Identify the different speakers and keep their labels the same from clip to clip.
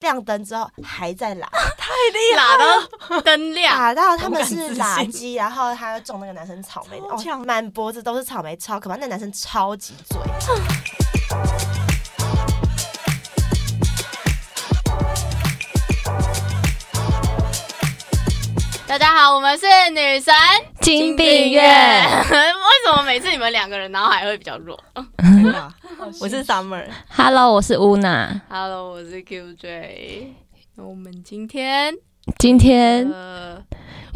Speaker 1: 亮灯之后还在拉，
Speaker 2: 拉到灯亮，
Speaker 1: 打到他们
Speaker 2: 我
Speaker 1: 是
Speaker 2: 不敢
Speaker 1: 垃
Speaker 2: 置
Speaker 1: 圾，然后他中那个男生草莓，
Speaker 2: 超
Speaker 1: 哦
Speaker 2: 强，
Speaker 1: 满脖子都是草莓，超可怕。那男生超级醉。
Speaker 2: 大家好，我们是女神
Speaker 3: 金
Speaker 2: 为什么每次你们两个人脑海会比较弱
Speaker 1: 我是 Summer，
Speaker 3: Hello，我是乌娜。
Speaker 2: ？Hello，我是 QJ。那我们今天
Speaker 3: 今天
Speaker 2: 呃，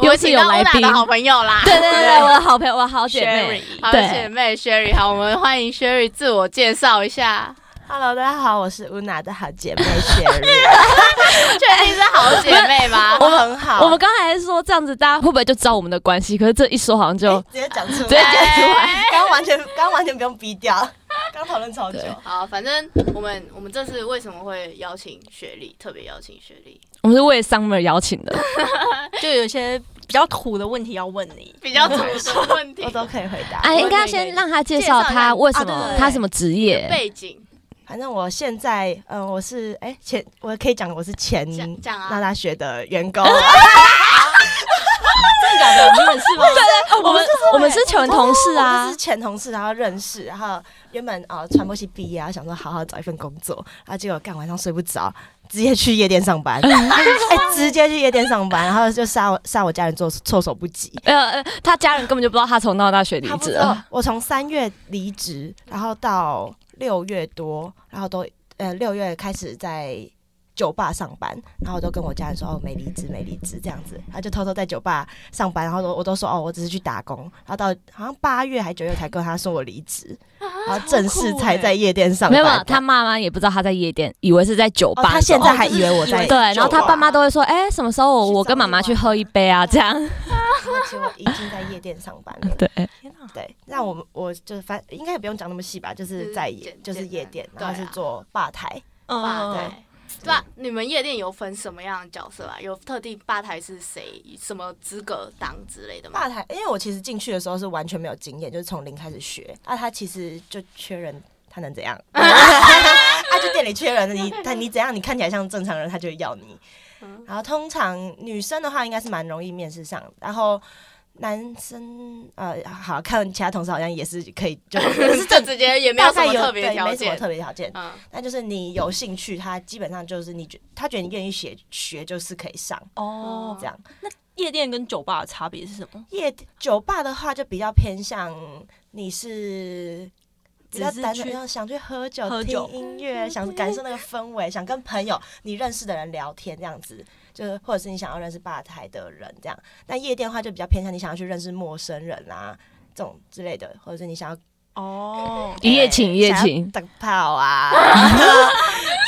Speaker 3: 又是有
Speaker 2: 我们请到
Speaker 3: 来宾
Speaker 2: 欧娜的好朋友啦，
Speaker 3: 对对对对，我的好朋友，我的好姐妹。
Speaker 2: 好
Speaker 3: 对
Speaker 2: 姐妹 Sherry，好，我们欢迎 Sherry 自我介绍一下。
Speaker 1: Hello，大家好，我是 Una 的好 姐妹 Sherry，
Speaker 2: 确定是好姐妹吗？
Speaker 1: 我很好，
Speaker 3: 我们刚才说这样子，大家会不会就知道我们的关系？可是这一说好像就
Speaker 1: 直接讲出来，
Speaker 3: 直接讲
Speaker 2: 出
Speaker 1: 来，刚完全刚完全不用逼掉，刚讨论超久。
Speaker 3: 对
Speaker 2: 好，反正我们我们这次为什么会邀请雪莉，特别邀请雪莉，
Speaker 3: 我们是为 Summer 邀请的。
Speaker 4: 就有一些比较土的问题要问你。
Speaker 2: 比较主的问题
Speaker 1: 我都可以回答。
Speaker 3: 哎，应该要先让他介绍他为什
Speaker 4: 啊对对
Speaker 3: 么
Speaker 4: 对
Speaker 3: 他什么职业。
Speaker 2: 背景，
Speaker 1: 反正我现在，嗯、我是哎、前，我可以讲我是前
Speaker 2: 讲讲啊
Speaker 1: 那大学的员 工，
Speaker 4: 你们 是吗？
Speaker 3: 我们我们是球员同事
Speaker 1: 我们
Speaker 3: 啊
Speaker 1: 是，前同事，然后认识，然后原本呃传播系毕业啊，想说好好找一份工作，然后结果干晚上睡不着，直接去夜店上 班，哎、直接去夜店上班，然后就杀我杀我家人措措手不及。
Speaker 3: 呃，呃他家人根本就不知道他从闹大学离
Speaker 1: 他不
Speaker 3: 职
Speaker 1: 知道
Speaker 3: 了。
Speaker 1: 我从三月离职，然后到六月多，然后都呃六月开始在酒吧上班，然后我都跟我家人说哦没离职没离职这样子，他就偷偷在酒吧上班，然后都我都说哦我只是去打工，然后到好像八月还九月才跟他说我离职，
Speaker 2: 啊
Speaker 1: 然后正式
Speaker 2: 欸
Speaker 1: 才在夜店上
Speaker 3: 没
Speaker 1: 班。
Speaker 3: 有，没有，他妈妈也不知道他在夜店，以为是在酒
Speaker 1: 哦
Speaker 3: 吧。
Speaker 1: 他现在还以为 我在
Speaker 3: 对，然后他
Speaker 1: 酒吧
Speaker 3: 爸妈都会说，哎，什么时候我我跟妈妈去喝一杯啊？这样。
Speaker 1: 然后结果已经在夜店上班了。
Speaker 3: 对，
Speaker 4: 天哪！
Speaker 1: 对，那我们我就是反应该也不用讲那么细吧，就是在夜
Speaker 2: 就
Speaker 1: 就是是
Speaker 2: 嗯简
Speaker 1: 夜
Speaker 2: 简单
Speaker 1: 店，
Speaker 2: 对
Speaker 1: 然后是
Speaker 2: 啊
Speaker 1: 做吧台。
Speaker 3: 嗯
Speaker 2: 吧
Speaker 1: 嗯对
Speaker 2: 台。对吧？你们夜店有分什么样的角色啊？有特定吧台是谁、什么资格当之类的吗？
Speaker 1: 吧台，因为我其实进去的时候是完全没有经验，就是从零开始学。啊，他其实就缺人，他能怎 样？他就店里缺人，你他你怎样？你看起来像正常人，他就要你。然后通常女生的话，应该是蛮容易面试上的，然后。男生呃，好看其他同事好像也是可以，就 是
Speaker 2: 这
Speaker 1: 正
Speaker 2: 直接也没
Speaker 1: 大
Speaker 2: 有什
Speaker 1: 概
Speaker 2: 么
Speaker 1: 有
Speaker 2: 特别
Speaker 1: 对，
Speaker 2: 条
Speaker 1: 没什么
Speaker 2: 件。
Speaker 1: 特别条件。
Speaker 2: 嗯，
Speaker 1: 但就是你有兴趣，他基本上就是你觉他觉得你愿意学学，就是可以上
Speaker 4: 哦
Speaker 1: 这，样。
Speaker 4: 夜店跟酒吧的差别是什么？
Speaker 1: 夜酒吧的话，就比较偏向你是比较
Speaker 4: 只是
Speaker 1: 单纯，
Speaker 4: 去
Speaker 1: 要想去喝酒、
Speaker 4: 喝
Speaker 1: 听
Speaker 4: 酒嗯
Speaker 1: 音乐，想感受那个氛围，想跟朋友、你认识的人聊天这样子，就是或者是你想要认识吧台的人这样。那夜店的话，就比较偏向你想要去认识陌生人啊这种之类的，或者是你想要哎
Speaker 4: 哦，
Speaker 3: 一夜情，一夜情。
Speaker 1: 等炮啊， 然后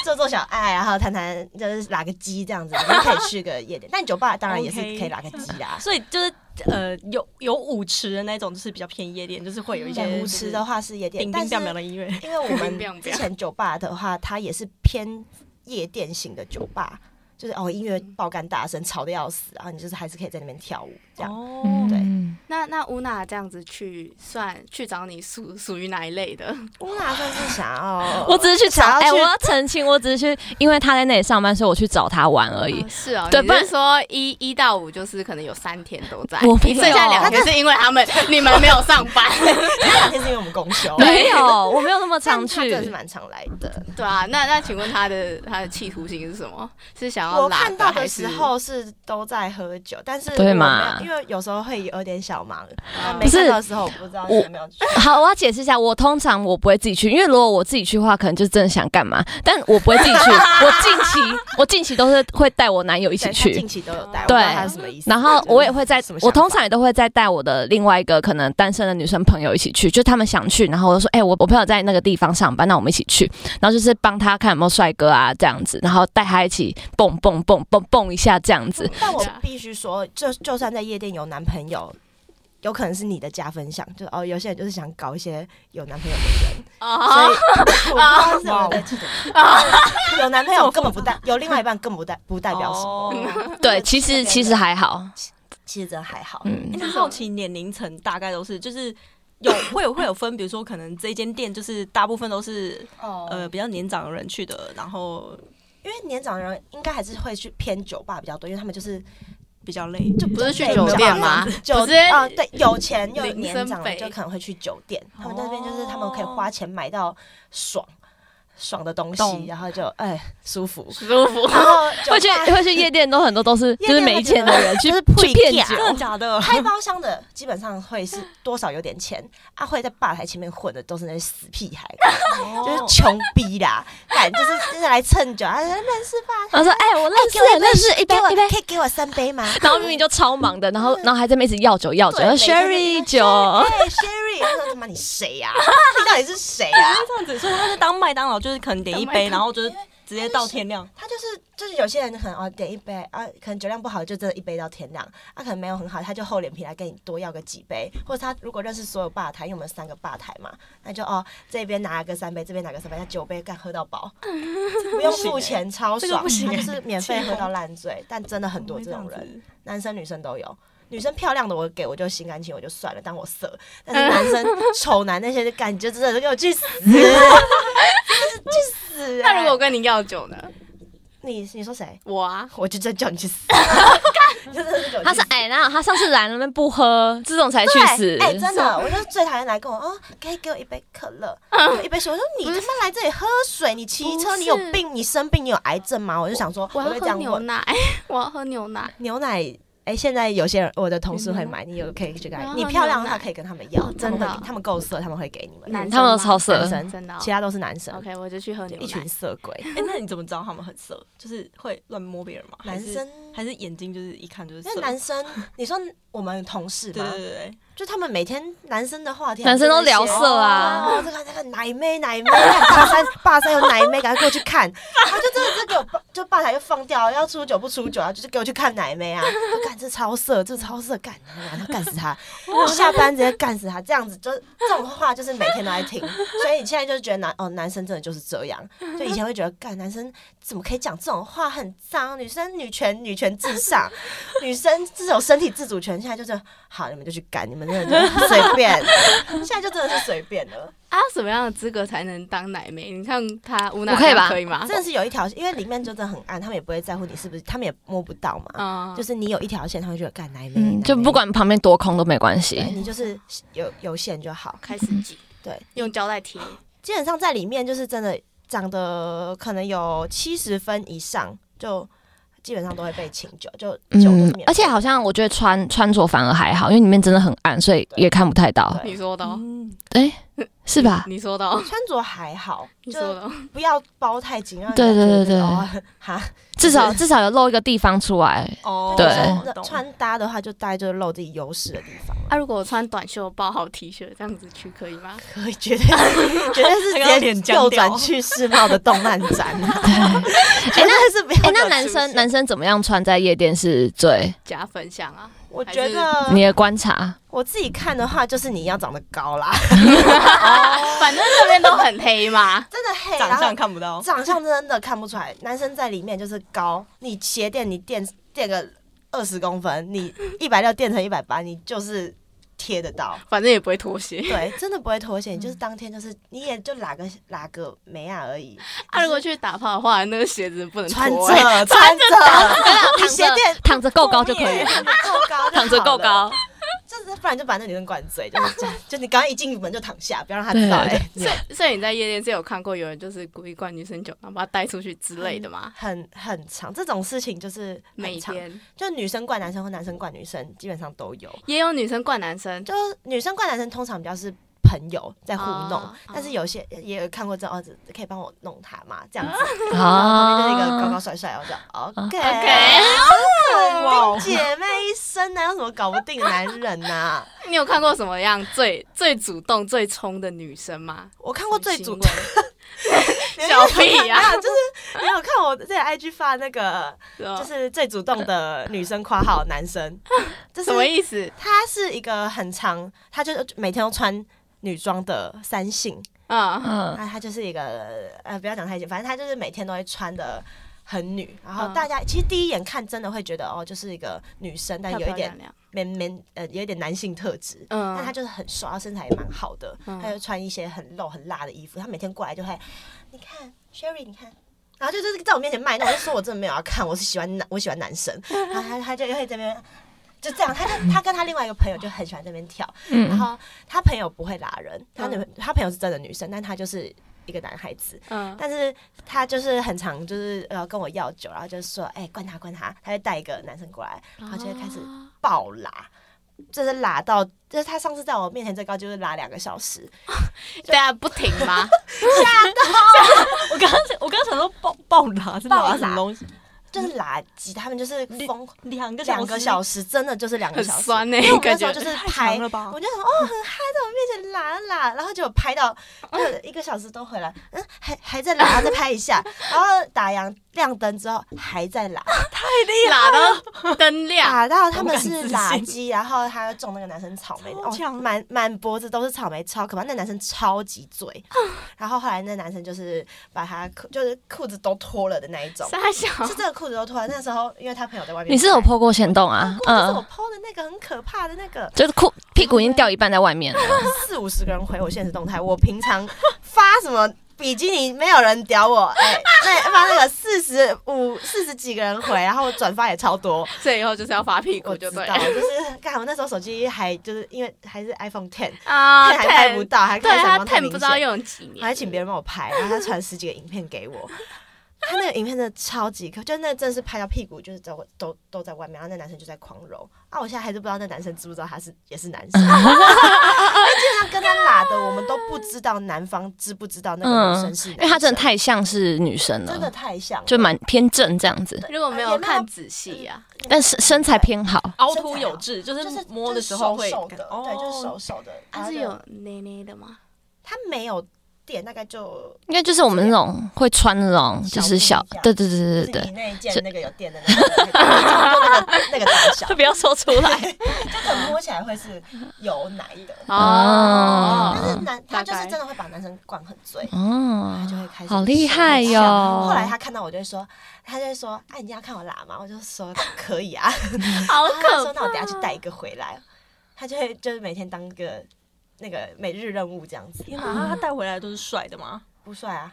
Speaker 1: 做做小爱，啊然后谈谈就是拉个鸡这样子，你就可以去个夜店。但酒吧当然也是
Speaker 4: OK
Speaker 1: 可以拉个鸡 啦。
Speaker 4: 所以就是呃，有有舞池的那种，就是比较偏夜店，就是
Speaker 3: 嗯
Speaker 4: 会有一些
Speaker 1: 舞池的话是夜店，
Speaker 4: 冰
Speaker 1: 但
Speaker 4: 冰
Speaker 1: 是
Speaker 4: 凉凉的音乐。
Speaker 1: 因为我
Speaker 2: 不要
Speaker 1: 们
Speaker 2: 不
Speaker 1: 之
Speaker 2: 要
Speaker 1: 前酒吧的话，它也是偏夜店型的酒吧，就是哦音乐爆肝大声，吵得要死，然后你就是还是可以在那边跳舞这样。
Speaker 4: 哦，
Speaker 1: 对
Speaker 3: 嗯，
Speaker 2: 那那乌娜这样子去算去找你属属于哪一类 的？
Speaker 1: 乌娜算是想要
Speaker 3: 我只是去找，
Speaker 1: 想要
Speaker 3: 哎、
Speaker 1: 去
Speaker 3: 我要澄清，我只是去，因为他在那里上班，所以我去找他玩而已
Speaker 1: 嗯
Speaker 2: 哦。是哦，
Speaker 3: 对
Speaker 2: 你
Speaker 3: 不
Speaker 2: 是
Speaker 3: 然
Speaker 2: 说一一到五就是可能有三天都在，
Speaker 3: 我没
Speaker 2: 你
Speaker 3: 有
Speaker 2: 剩下两天是因为 他们你们没有上班，
Speaker 1: 那两天是因为我们公休，
Speaker 3: 没有，我没有那么
Speaker 1: 但
Speaker 3: 常
Speaker 1: 他真的是
Speaker 3: 去。
Speaker 1: 蛮常来的。
Speaker 2: 对啊，那那请问他的他的企图心是什么？是想要
Speaker 1: 我
Speaker 2: 拉
Speaker 1: 看到的
Speaker 2: 还
Speaker 1: 时
Speaker 2: 是
Speaker 1: 候是都在喝酒，但是
Speaker 3: 对
Speaker 1: 我
Speaker 3: 嘛
Speaker 1: 没有因为有时候会有点小忙，
Speaker 2: 啊
Speaker 1: 嗯没
Speaker 3: 不是
Speaker 1: 看到的时
Speaker 4: 哎
Speaker 1: 候我不知道你有没有去。
Speaker 3: 好，我要解释一下，我通常我不会自己去，因为如果我自己去的话，可能就真的想干嘛，但我不会自 己去。我近期，我近期都是会带我男友一起
Speaker 1: 对他
Speaker 3: 去
Speaker 1: 近，期都有带，我不知
Speaker 3: 对
Speaker 1: 道他是什么意思。
Speaker 3: 然后我也会在
Speaker 1: 什么，想
Speaker 3: 我
Speaker 1: 法
Speaker 3: 通常也都会再带我的另外一个可能单身的女生朋友一起去，就他们想去，然后我就说，哎、我我朋友在那个地方上班，那我们一起去，然后就是帮他看有没有帅哥啊这样子，然后带他一起蹦蹦蹦蹦蹦一下这样子。
Speaker 1: 但我
Speaker 2: 啊
Speaker 1: 必须说，就就算在夜店有男朋友，有可能是你的加分项，就是哦，有些人就是想搞一些有男朋友的人，
Speaker 2: 啊
Speaker 1: 所以我不知道是什么在气什么 有男朋友根本不代，有另外一半更不代不代表什么，
Speaker 4: 哦
Speaker 3: 对，其实其实还好，
Speaker 1: 其实真的还好。
Speaker 3: 嗯
Speaker 4: 欸，那好奇年龄层大概都是就是。有 会有会有分，比如说可能这间店就是大部分都是
Speaker 1: 哦
Speaker 4: 呃比较年长的人去的，然后
Speaker 1: 因为年长的人应该还是会去偏酒吧比较多，因为他们就是
Speaker 4: 比较累，
Speaker 1: 就
Speaker 2: 不是去
Speaker 1: 对
Speaker 2: 酒
Speaker 1: 比较
Speaker 2: 店吗
Speaker 1: 酒
Speaker 2: 不是
Speaker 1: 啊、对，有钱又有
Speaker 2: 林
Speaker 1: 年
Speaker 2: 森
Speaker 1: 长的
Speaker 2: 北，
Speaker 1: 就可能会去酒店，他们那边就是他们可以花钱买到爽爽的东西，
Speaker 4: 懂
Speaker 1: 然后就哎 舒服
Speaker 2: 舒服。
Speaker 1: 然后酒
Speaker 3: 会去
Speaker 1: 吧
Speaker 3: 会去夜店都很多都是
Speaker 1: 夜店
Speaker 3: 就是没钱的人去
Speaker 1: 就是配
Speaker 3: 去骗
Speaker 1: 价
Speaker 3: 酒，
Speaker 4: 真的假 的？
Speaker 1: 开包厢的基本上会是多少有点钱，啊，会在吧台前面混的都是那些死屁孩，
Speaker 4: 哦
Speaker 1: 就是穷逼啦，干就是就是来蹭酒，啊，认识吧？
Speaker 3: 然后说哎我认
Speaker 1: 哎
Speaker 3: 识
Speaker 1: 给我一杯给我
Speaker 3: 认识一杯一杯，
Speaker 1: 可以给我三杯吗？
Speaker 3: 然后明明就超忙的，然后然后还在那边一直要酒要酒
Speaker 1: 对，每天都
Speaker 3: ，Sherry
Speaker 1: 在
Speaker 3: 酒，
Speaker 1: 那边哎，Sherry，他说他妈你谁呀？你到底是谁呀？
Speaker 4: 这样子，所以他是当麦当劳，就是可能点一杯，然后就是直接到天亮。
Speaker 1: 他就是就是有些人可能哦点一杯啊，可能酒量不好就真的一杯到天亮，啊可能没有很好，他就厚脸皮来跟你多要个几杯，或者他如果认识所有吧台，因为我们有三个吧台嘛，那就哦这边拿个三杯，这边拿个三杯，他九杯干喝到 饱，不用付钱超
Speaker 4: 这个
Speaker 1: 爽，
Speaker 4: 不行
Speaker 1: 他
Speaker 4: 欸
Speaker 1: 就是免费喝到烂醉，但真的很多这种人，男生女生都有。女生漂亮的我给我就心甘情我就算了，当我色。但是男生丑男那些就感觉真的就给我 去死，真的是去死欸、
Speaker 2: 那如果我跟你要酒呢？
Speaker 1: 你你说谁？
Speaker 2: 我啊，
Speaker 1: 我就再叫你去 死，就是
Speaker 3: 他是哎，然后他上次来那边不喝，这种才去死。
Speaker 1: 哎、真 的，我就是最讨厌来跟我哦，可以给我一杯可乐，给我一杯水。我说你他妈来这里喝水，你骑车，
Speaker 2: 嗯不是
Speaker 1: 你有病，你生病，你有癌症吗？我就想说，
Speaker 2: 我要
Speaker 1: 会这
Speaker 2: 喝
Speaker 1: 样
Speaker 2: 牛
Speaker 1: 问。
Speaker 2: 奶， 我要喝牛奶。
Speaker 1: 牛奶，哎、现在有些人，我的同事
Speaker 2: 嗯
Speaker 1: 会买，你有可以去跟他
Speaker 2: 我要喝
Speaker 1: 你漂亮的
Speaker 2: 牛
Speaker 1: 话
Speaker 2: 奶
Speaker 1: 可以跟他们要
Speaker 2: 哦，真的
Speaker 1: 他们会他们够色，他们会给你们。
Speaker 2: 男生
Speaker 3: 他们都
Speaker 2: 吗
Speaker 3: 超色
Speaker 1: 男生
Speaker 2: 真的哦。
Speaker 1: 其他都是男生，
Speaker 2: OK，我就去喝牛
Speaker 1: 一
Speaker 2: 奶
Speaker 1: 群。色鬼。
Speaker 4: 哎，那你怎么知道他们很色？就是会乱摸别人吗？还
Speaker 1: 男
Speaker 4: 是
Speaker 1: 生，
Speaker 4: 还是眼睛就是一看就是
Speaker 1: 因
Speaker 4: 色
Speaker 1: 为？男生，你说我们同事
Speaker 4: 对
Speaker 1: 吗
Speaker 4: 对？对对，
Speaker 1: 就他们每天男生的话题，啊
Speaker 3: 男生都聊
Speaker 1: 色。
Speaker 3: 色啊，
Speaker 1: 哦，这个这个奶妹奶妹， 霸山霸山有奶妹，赶快过去看。他就真的是给我霸就霸台就放掉，要出酒不出酒啊，就是给我去看奶妹啊。就干这超色，这超色，干他妈干死他！下班直接干死他，这样子就这种话就是每天都在听。所以你现在就是觉得男哦男生真的就是这样，就以前会觉得干男生怎么可以讲这种话，很脏，女生女权女权至上，女生这种身体自主权，现在就是好，你们就去干，你们真的就随便， 现在就真的是随便了。
Speaker 2: 啊，什么样的资格才能当奶妹？你看她无奶
Speaker 3: 我可以吧
Speaker 2: 可以吗？
Speaker 1: 真的是有一条，因为里面就真的很暗，他们也不会在乎你是不是，他们也摸不到嘛。
Speaker 2: 嗯，
Speaker 1: 就是你有一条线，他们就觉得干奶妹，
Speaker 3: 嗯，
Speaker 1: 奶
Speaker 3: 就
Speaker 1: 妹
Speaker 3: 不管旁边多空都没关系
Speaker 1: 对。你就是有有线就好。
Speaker 2: 开始挤，
Speaker 1: 对，
Speaker 2: 用胶带贴。
Speaker 1: 基本上在里面就是真的长得可能有七十分以上，就基本上都会被请酒，就酒都是
Speaker 3: 嗯
Speaker 1: 免费，
Speaker 3: 而且好像我觉得穿穿着反而还好，因为里面真的很暗，所以
Speaker 1: 对
Speaker 3: 也看不太到，
Speaker 1: 对嗯
Speaker 2: 你说的哦，
Speaker 4: 嗯，
Speaker 3: 是吧？
Speaker 2: 你说的哦，
Speaker 1: 穿着还好，
Speaker 2: 你
Speaker 1: 就
Speaker 2: 说的哦。
Speaker 1: 不要包太紧，让人
Speaker 3: 对
Speaker 1: 家
Speaker 3: 对
Speaker 1: 觉得
Speaker 3: 对对
Speaker 1: 哦哈，
Speaker 3: 至少至少有露一个地方出来。
Speaker 4: 哦，
Speaker 3: 对
Speaker 1: 就是
Speaker 4: 懂
Speaker 1: 穿搭的话就大概就是露自己优势的地方嘛，
Speaker 2: 啊，如果我穿短袖包好 T 恤这样子去可以吗？
Speaker 1: 可以绝 对是绝对是
Speaker 4: 他刚刚
Speaker 1: 直
Speaker 4: 脸
Speaker 1: 接
Speaker 4: 僵
Speaker 1: 右
Speaker 4: 掉
Speaker 1: 转去世贸的动漫展，
Speaker 3: 哎，那
Speaker 1: 是不要
Speaker 3: 哎，那男生男生怎么样穿在夜店是最
Speaker 2: 加分项啊，
Speaker 1: 我
Speaker 2: 还
Speaker 1: 觉
Speaker 2: 是
Speaker 1: 得
Speaker 3: 你的观察？
Speaker 1: 我自己看的话，就是你要长得高啦，
Speaker 2: 反正这边都很黑嘛。
Speaker 1: 真的黑，
Speaker 4: 长
Speaker 1: 然后
Speaker 4: 相看不到，
Speaker 1: 长相真的看不出来，男生在里面就是高，你鞋垫你垫垫个二十公分，你一百六垫成一百八，你就是贴得到。
Speaker 2: 反正也不会脱鞋。
Speaker 1: 对，真的不会脱鞋，你就是当天就是你也就拉个拉个美亚而已，
Speaker 2: 啊，如果去打炮的话，那个鞋子不能
Speaker 1: 穿
Speaker 2: 脱、
Speaker 1: 着
Speaker 2: 欸。
Speaker 1: 穿着，你
Speaker 3: 躺
Speaker 1: 鞋
Speaker 3: 着
Speaker 1: 垫
Speaker 3: 躺着够高就可 以了，
Speaker 1: 了，够高，
Speaker 3: 躺着够， 高。
Speaker 1: 就是不然就把那女生灌醉，就是这样，就你刚刚一进门就躺下，不要让她知道。
Speaker 3: 对
Speaker 1: 哎
Speaker 2: 所以，所以你在夜店是有看过有人就是故意灌女生酒，然后把她带出去之类的吗？
Speaker 1: 很很长，这种事情就是
Speaker 2: 每
Speaker 1: 很长，
Speaker 2: 天
Speaker 1: 就女生灌男生或男生灌女生，基本上都有。
Speaker 2: 也有女生灌男生，
Speaker 1: 就女生灌男生通常比较是朋友在互弄，
Speaker 2: 哦
Speaker 1: 但是有些也有看过这样哦，只可以帮我弄他嘛，这样子。
Speaker 3: 哦
Speaker 1: 然后旁边就是一个高高帅帅，我就哦 OK
Speaker 2: OK 哦
Speaker 1: 肯定姐妹一生啊哪有什么搞不定的男人啊呐、
Speaker 2: 你有看过什么样最最主动、最冲的女生吗？
Speaker 1: 我看过最主
Speaker 2: 动，小屁呀、
Speaker 1: 啊，就是你有看我在 IG 发那个，
Speaker 2: 就
Speaker 1: 就是最主动的女生 夸号男生，这是
Speaker 2: 嗯什么意思？
Speaker 1: 他是一个很长，他就是每天都穿女装的三性，
Speaker 2: 嗯，
Speaker 3: 嗯，
Speaker 1: 那他就是一个呃，不要讲太紧，反正他就是每天都会穿的很女，然后
Speaker 2: 嗯
Speaker 1: 大家、其实第一眼看真的会觉得哦，就是一个女生，但有一点
Speaker 2: 漂亮，
Speaker 1: man man 呃，有一点男性特质。但他
Speaker 2: 嗯，
Speaker 1: 就是很瘦，然后身材也蛮好的，
Speaker 2: 嗯
Speaker 1: 他就穿一些很露很辣的衣服。他每天过来就会，你看 Sherry，你看然后就是在我面前卖弄，我就说我真的没有要看，我是喜欢男，我喜欢男生。然后他他就会这边就这样，他就他跟他另外一个朋友就很喜欢这边跳，然
Speaker 3: 嗯，
Speaker 1: 后他朋友不会拉人，他女
Speaker 2: 嗯
Speaker 1: 他朋友是真的女生，但他就是一个男孩子，
Speaker 2: 嗯，
Speaker 1: 但是他就是很常就是呃跟我要酒，然后就说哎、灌他灌他，他会带一个男生过来，然后就会开始暴拉，就是拉到就是他上次在我面前最高就是拉两个小时，
Speaker 2: 对啊，不停吗？
Speaker 4: 我刚刚我刚刚想说爆爆打是
Speaker 1: 爆
Speaker 4: 打
Speaker 1: 打
Speaker 4: 什么东西？
Speaker 1: 就是拉鸡，他们就是疯
Speaker 4: 两个
Speaker 1: 两个小
Speaker 4: 时，
Speaker 1: 时，真的就是两个
Speaker 2: 很
Speaker 1: 小时。
Speaker 2: 酸呢、
Speaker 1: 因为我那
Speaker 2: 感
Speaker 1: 时候
Speaker 2: 觉
Speaker 1: 就是
Speaker 4: 太
Speaker 1: 拍
Speaker 4: 长了吧
Speaker 1: 我？就想哦，很嗨，在我面前拉拉，然后结果拍到呃一个小时都回来，嗯，还还在拉，再拍一下，然后打烊亮灯之后还在拉，
Speaker 2: 拉到灯亮，
Speaker 1: 打到他
Speaker 4: 不
Speaker 1: 们
Speaker 4: 敢
Speaker 1: 是
Speaker 4: 置
Speaker 1: 垃
Speaker 4: 信
Speaker 1: 圾，然后他又中那个男生草莓，
Speaker 4: 超
Speaker 1: 哦，
Speaker 4: 强
Speaker 1: 满满脖子都是草莓，超可怕。那男生超级醉，然后后来那男生就是把他裤就是裤子都脱了的那一 种，
Speaker 2: 傻小，
Speaker 1: 是这个裤子都脱了。那时候因为他朋友在外面拍，
Speaker 3: 你是有破过线洞啊
Speaker 1: 啊？过就是我
Speaker 3: 嗯，
Speaker 1: 抛的那个很可怕的那个，
Speaker 3: 就是裤屁股已经掉一半在外面了。
Speaker 1: 四五十个人回我现实动态，我平常发什么比基尼没有人屌我，哎、那发那个四十五四十几个人回，然后转发也超多，
Speaker 2: 所以以后就是要发屁股
Speaker 1: 我
Speaker 2: 就
Speaker 1: 知
Speaker 2: 对
Speaker 1: 道，
Speaker 2: 了
Speaker 1: 就是 干我那时候手机还就是因为还是 iPhone Ten，
Speaker 2: 啊
Speaker 1: 还拍不到，还
Speaker 2: 对
Speaker 1: 开闪
Speaker 2: 他
Speaker 1: 光太
Speaker 2: ten 不
Speaker 1: 明
Speaker 2: 知
Speaker 1: 显，
Speaker 2: 道用几
Speaker 1: 我
Speaker 2: 年，
Speaker 1: 还请别人帮我拍，然后他传十几个影片给我。他那个影片真的超级可，就那真的是拍到屁股，就是都都都在外面，然后那男生就在狂揉啊！我现在还是不知道那男生知不知道他是也是男 生，因为基本上跟他拉的，我们都不知道男方知不知道
Speaker 2: 嗯
Speaker 1: 那个女生是男
Speaker 3: 因为她真的
Speaker 1: 生
Speaker 3: 太像是女生
Speaker 1: 真的
Speaker 3: 了，
Speaker 1: 太像了，
Speaker 3: 就蛮偏正这样子，
Speaker 2: 如呃果没
Speaker 1: 也
Speaker 2: 有嗯
Speaker 1: 没有
Speaker 2: 看仔细呀、
Speaker 3: 但是身材偏好。
Speaker 4: 凹凸有致，就
Speaker 1: 就是
Speaker 4: 是摸的时候会
Speaker 1: 就是瘦瘦
Speaker 4: 感
Speaker 1: 的，
Speaker 4: 哦
Speaker 1: 对，就是手手的，然
Speaker 2: 他
Speaker 1: 后
Speaker 2: 是
Speaker 1: 就
Speaker 2: 有内内的吗？
Speaker 1: 他没有垫，大概就
Speaker 3: 应该就是我们那种会穿那种就是小
Speaker 1: 小，
Speaker 3: 对对
Speaker 1: 是
Speaker 3: 对对
Speaker 1: 你
Speaker 3: 对
Speaker 1: 那一
Speaker 3: 是
Speaker 1: 件那个有垫的那个，差不多那个那个大小
Speaker 3: 对，，不要说出 来。
Speaker 1: 就可能摸起来会是有奶的。
Speaker 3: 哦
Speaker 1: 但是男他
Speaker 2: 大概
Speaker 1: 就是真的会把男生灌很醉，
Speaker 3: 哦
Speaker 1: 他就会开始
Speaker 3: 好厉害哟
Speaker 1: 笑后来他看到我就会说，他就会说：“哎，你要看我喇嘛？”我就说：“可以啊。”然
Speaker 2: 好
Speaker 1: 后他
Speaker 2: 可
Speaker 1: 说：“那
Speaker 2: 怕
Speaker 1: 我等下去带一个回来。”他就会就是每天当个那个每日任务这样子，
Speaker 4: 天啊哪，他带回来都是帅的吗？
Speaker 1: 不帅啊，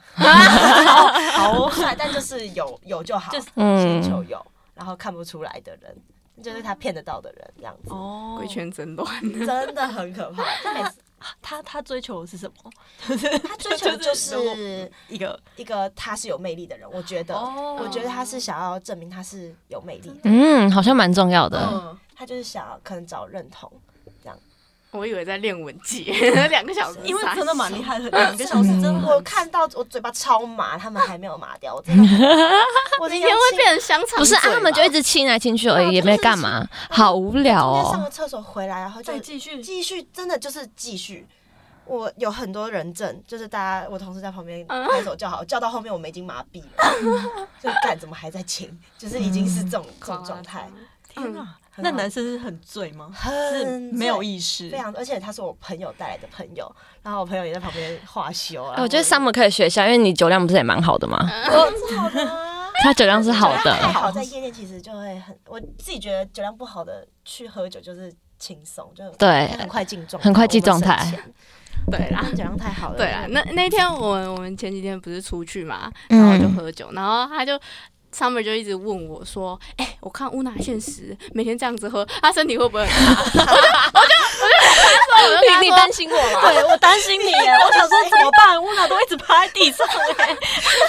Speaker 4: 好
Speaker 1: 不，帅，但就是有有就好，
Speaker 4: 就是
Speaker 1: 先求
Speaker 3: 嗯，
Speaker 1: 有，然后看不出来的人，就是他骗得到的人这样子，
Speaker 4: 哦
Speaker 2: 鬼圈真乱，
Speaker 1: 真的很可怕。他每次
Speaker 4: 他他追求的是什么？
Speaker 1: 他追求的就
Speaker 4: 如果
Speaker 1: 是
Speaker 4: 一个
Speaker 1: 一个他是有魅力的人，我觉得，
Speaker 4: 哦
Speaker 1: 我觉得他是想要证明他是有魅力的，
Speaker 3: 嗯，好像蛮重要的。
Speaker 4: 嗯，
Speaker 1: 他就是想要可能找认同，
Speaker 2: 我以为在练文 技，两个小时，
Speaker 4: 因为真的蛮厉害的，两个小时真的很
Speaker 1: 我看到我嘴巴超麻，他们还没有麻掉，我真的很麻，我
Speaker 2: 今
Speaker 1: 今
Speaker 2: 天会变成香肠嘴吧，
Speaker 3: 不是啊，他们就一直亲来亲去而已，也没干嘛，好无聊
Speaker 1: 今天上
Speaker 3: 哦
Speaker 1: 了。厕所回来，然后就
Speaker 4: 再继续，
Speaker 1: 继续，真的就是继续。我有很多人证，就是大家我同事在旁边
Speaker 3: 嗯
Speaker 1: 拍手叫好，叫到后面我们已经麻痹了， 就干怎么还在亲，就是已经是这
Speaker 3: 嗯
Speaker 1: 种这种状态，
Speaker 2: 哦
Speaker 4: 天哪，嗯
Speaker 1: 很
Speaker 4: 那
Speaker 1: 好
Speaker 4: 男生是很醉吗？是
Speaker 1: 很
Speaker 4: 没有
Speaker 1: 醉
Speaker 4: 意识
Speaker 1: 非，常，而且他是我朋友带来的朋友，然后我朋友也在旁边画休啊
Speaker 3: 哎。我觉得 Summer 可以学一下，因为你酒量不是也蛮好的吗？
Speaker 1: 我好哦的啊，
Speaker 3: 他酒量是好
Speaker 1: 酒量
Speaker 3: 的
Speaker 1: 还，好在夜店其实就会很，我自己觉得酒量不好的去喝酒就是轻松，就
Speaker 3: 对
Speaker 1: 很快进状态，
Speaker 3: 很快进状态
Speaker 1: 我们省钱。
Speaker 2: 对啦
Speaker 1: 但。酒量太好了，
Speaker 2: 对啊，那那天我们我们前几天不是出去嘛，
Speaker 3: 嗯
Speaker 2: 然后就喝酒，然后他就 Summer 就一直问我说：“哎、我看乌娜现实每天这样子喝，他身体会不会很差？”我就我就我就跟他
Speaker 3: 你你
Speaker 2: 说
Speaker 3: 担心我吗？
Speaker 4: 对我担心你耶，我想说怎么办？我哪都一直趴在地上哎，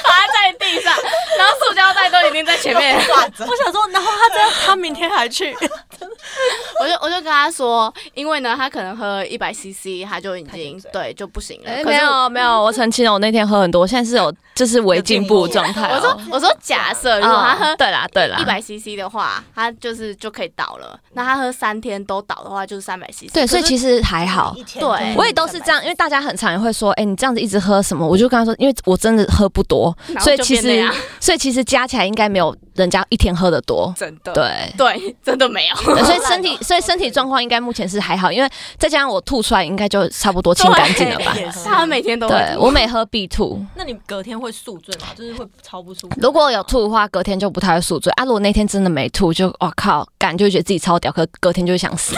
Speaker 2: 趴在地上，然后塑胶袋都已经在前面。
Speaker 1: 挂着
Speaker 4: 我想说，然后他这样，他明天还去，
Speaker 2: 我就我就跟他说，因为呢，他可能喝一百 CC，他就已经
Speaker 1: 他就醉
Speaker 2: 对就不行了。
Speaker 3: 哎，
Speaker 2: 可
Speaker 3: 没
Speaker 2: 是
Speaker 3: 有没有，我澄清了，我那天喝很多，我现在是有就是微进步状态
Speaker 2: 我
Speaker 3: 哦。
Speaker 2: 说我说假设如果他喝
Speaker 3: 嗯对啦对啦
Speaker 2: 一，百 CC 的话，他就是就可以倒了。那他喝三天都倒的话，就是三百 CC。
Speaker 3: 对，所以
Speaker 2: 可是
Speaker 3: 其实还好
Speaker 1: 一。天
Speaker 2: 对
Speaker 1: 就是
Speaker 3: 我也都是这样，因为大家很常也会说，哎、你这样子一直喝什么？我就跟他说，因为我真的喝不多，
Speaker 2: 然后
Speaker 3: 所以
Speaker 2: 就
Speaker 3: 其
Speaker 2: 变那
Speaker 3: 实
Speaker 2: 样
Speaker 3: 所以其实加起来应该没有人家一天喝的多。
Speaker 2: 真的
Speaker 3: 对，
Speaker 2: 对真的没有，
Speaker 3: 对所以
Speaker 1: 烂
Speaker 3: 身体
Speaker 1: 哦
Speaker 3: 所以身体状况应该目前是还好，因为再加上我吐出来，应该就差不多 清干净了吧
Speaker 1: 对？
Speaker 2: 他每天都会
Speaker 3: 对我每喝必吐，
Speaker 4: 那你隔天会宿醉吗？就是会超不 舒服。
Speaker 3: 如果有吐的话，隔天就不太会宿醉。啊，如果那天真的没吐，就哇靠，感就会觉得自己超屌，可隔天就会想死。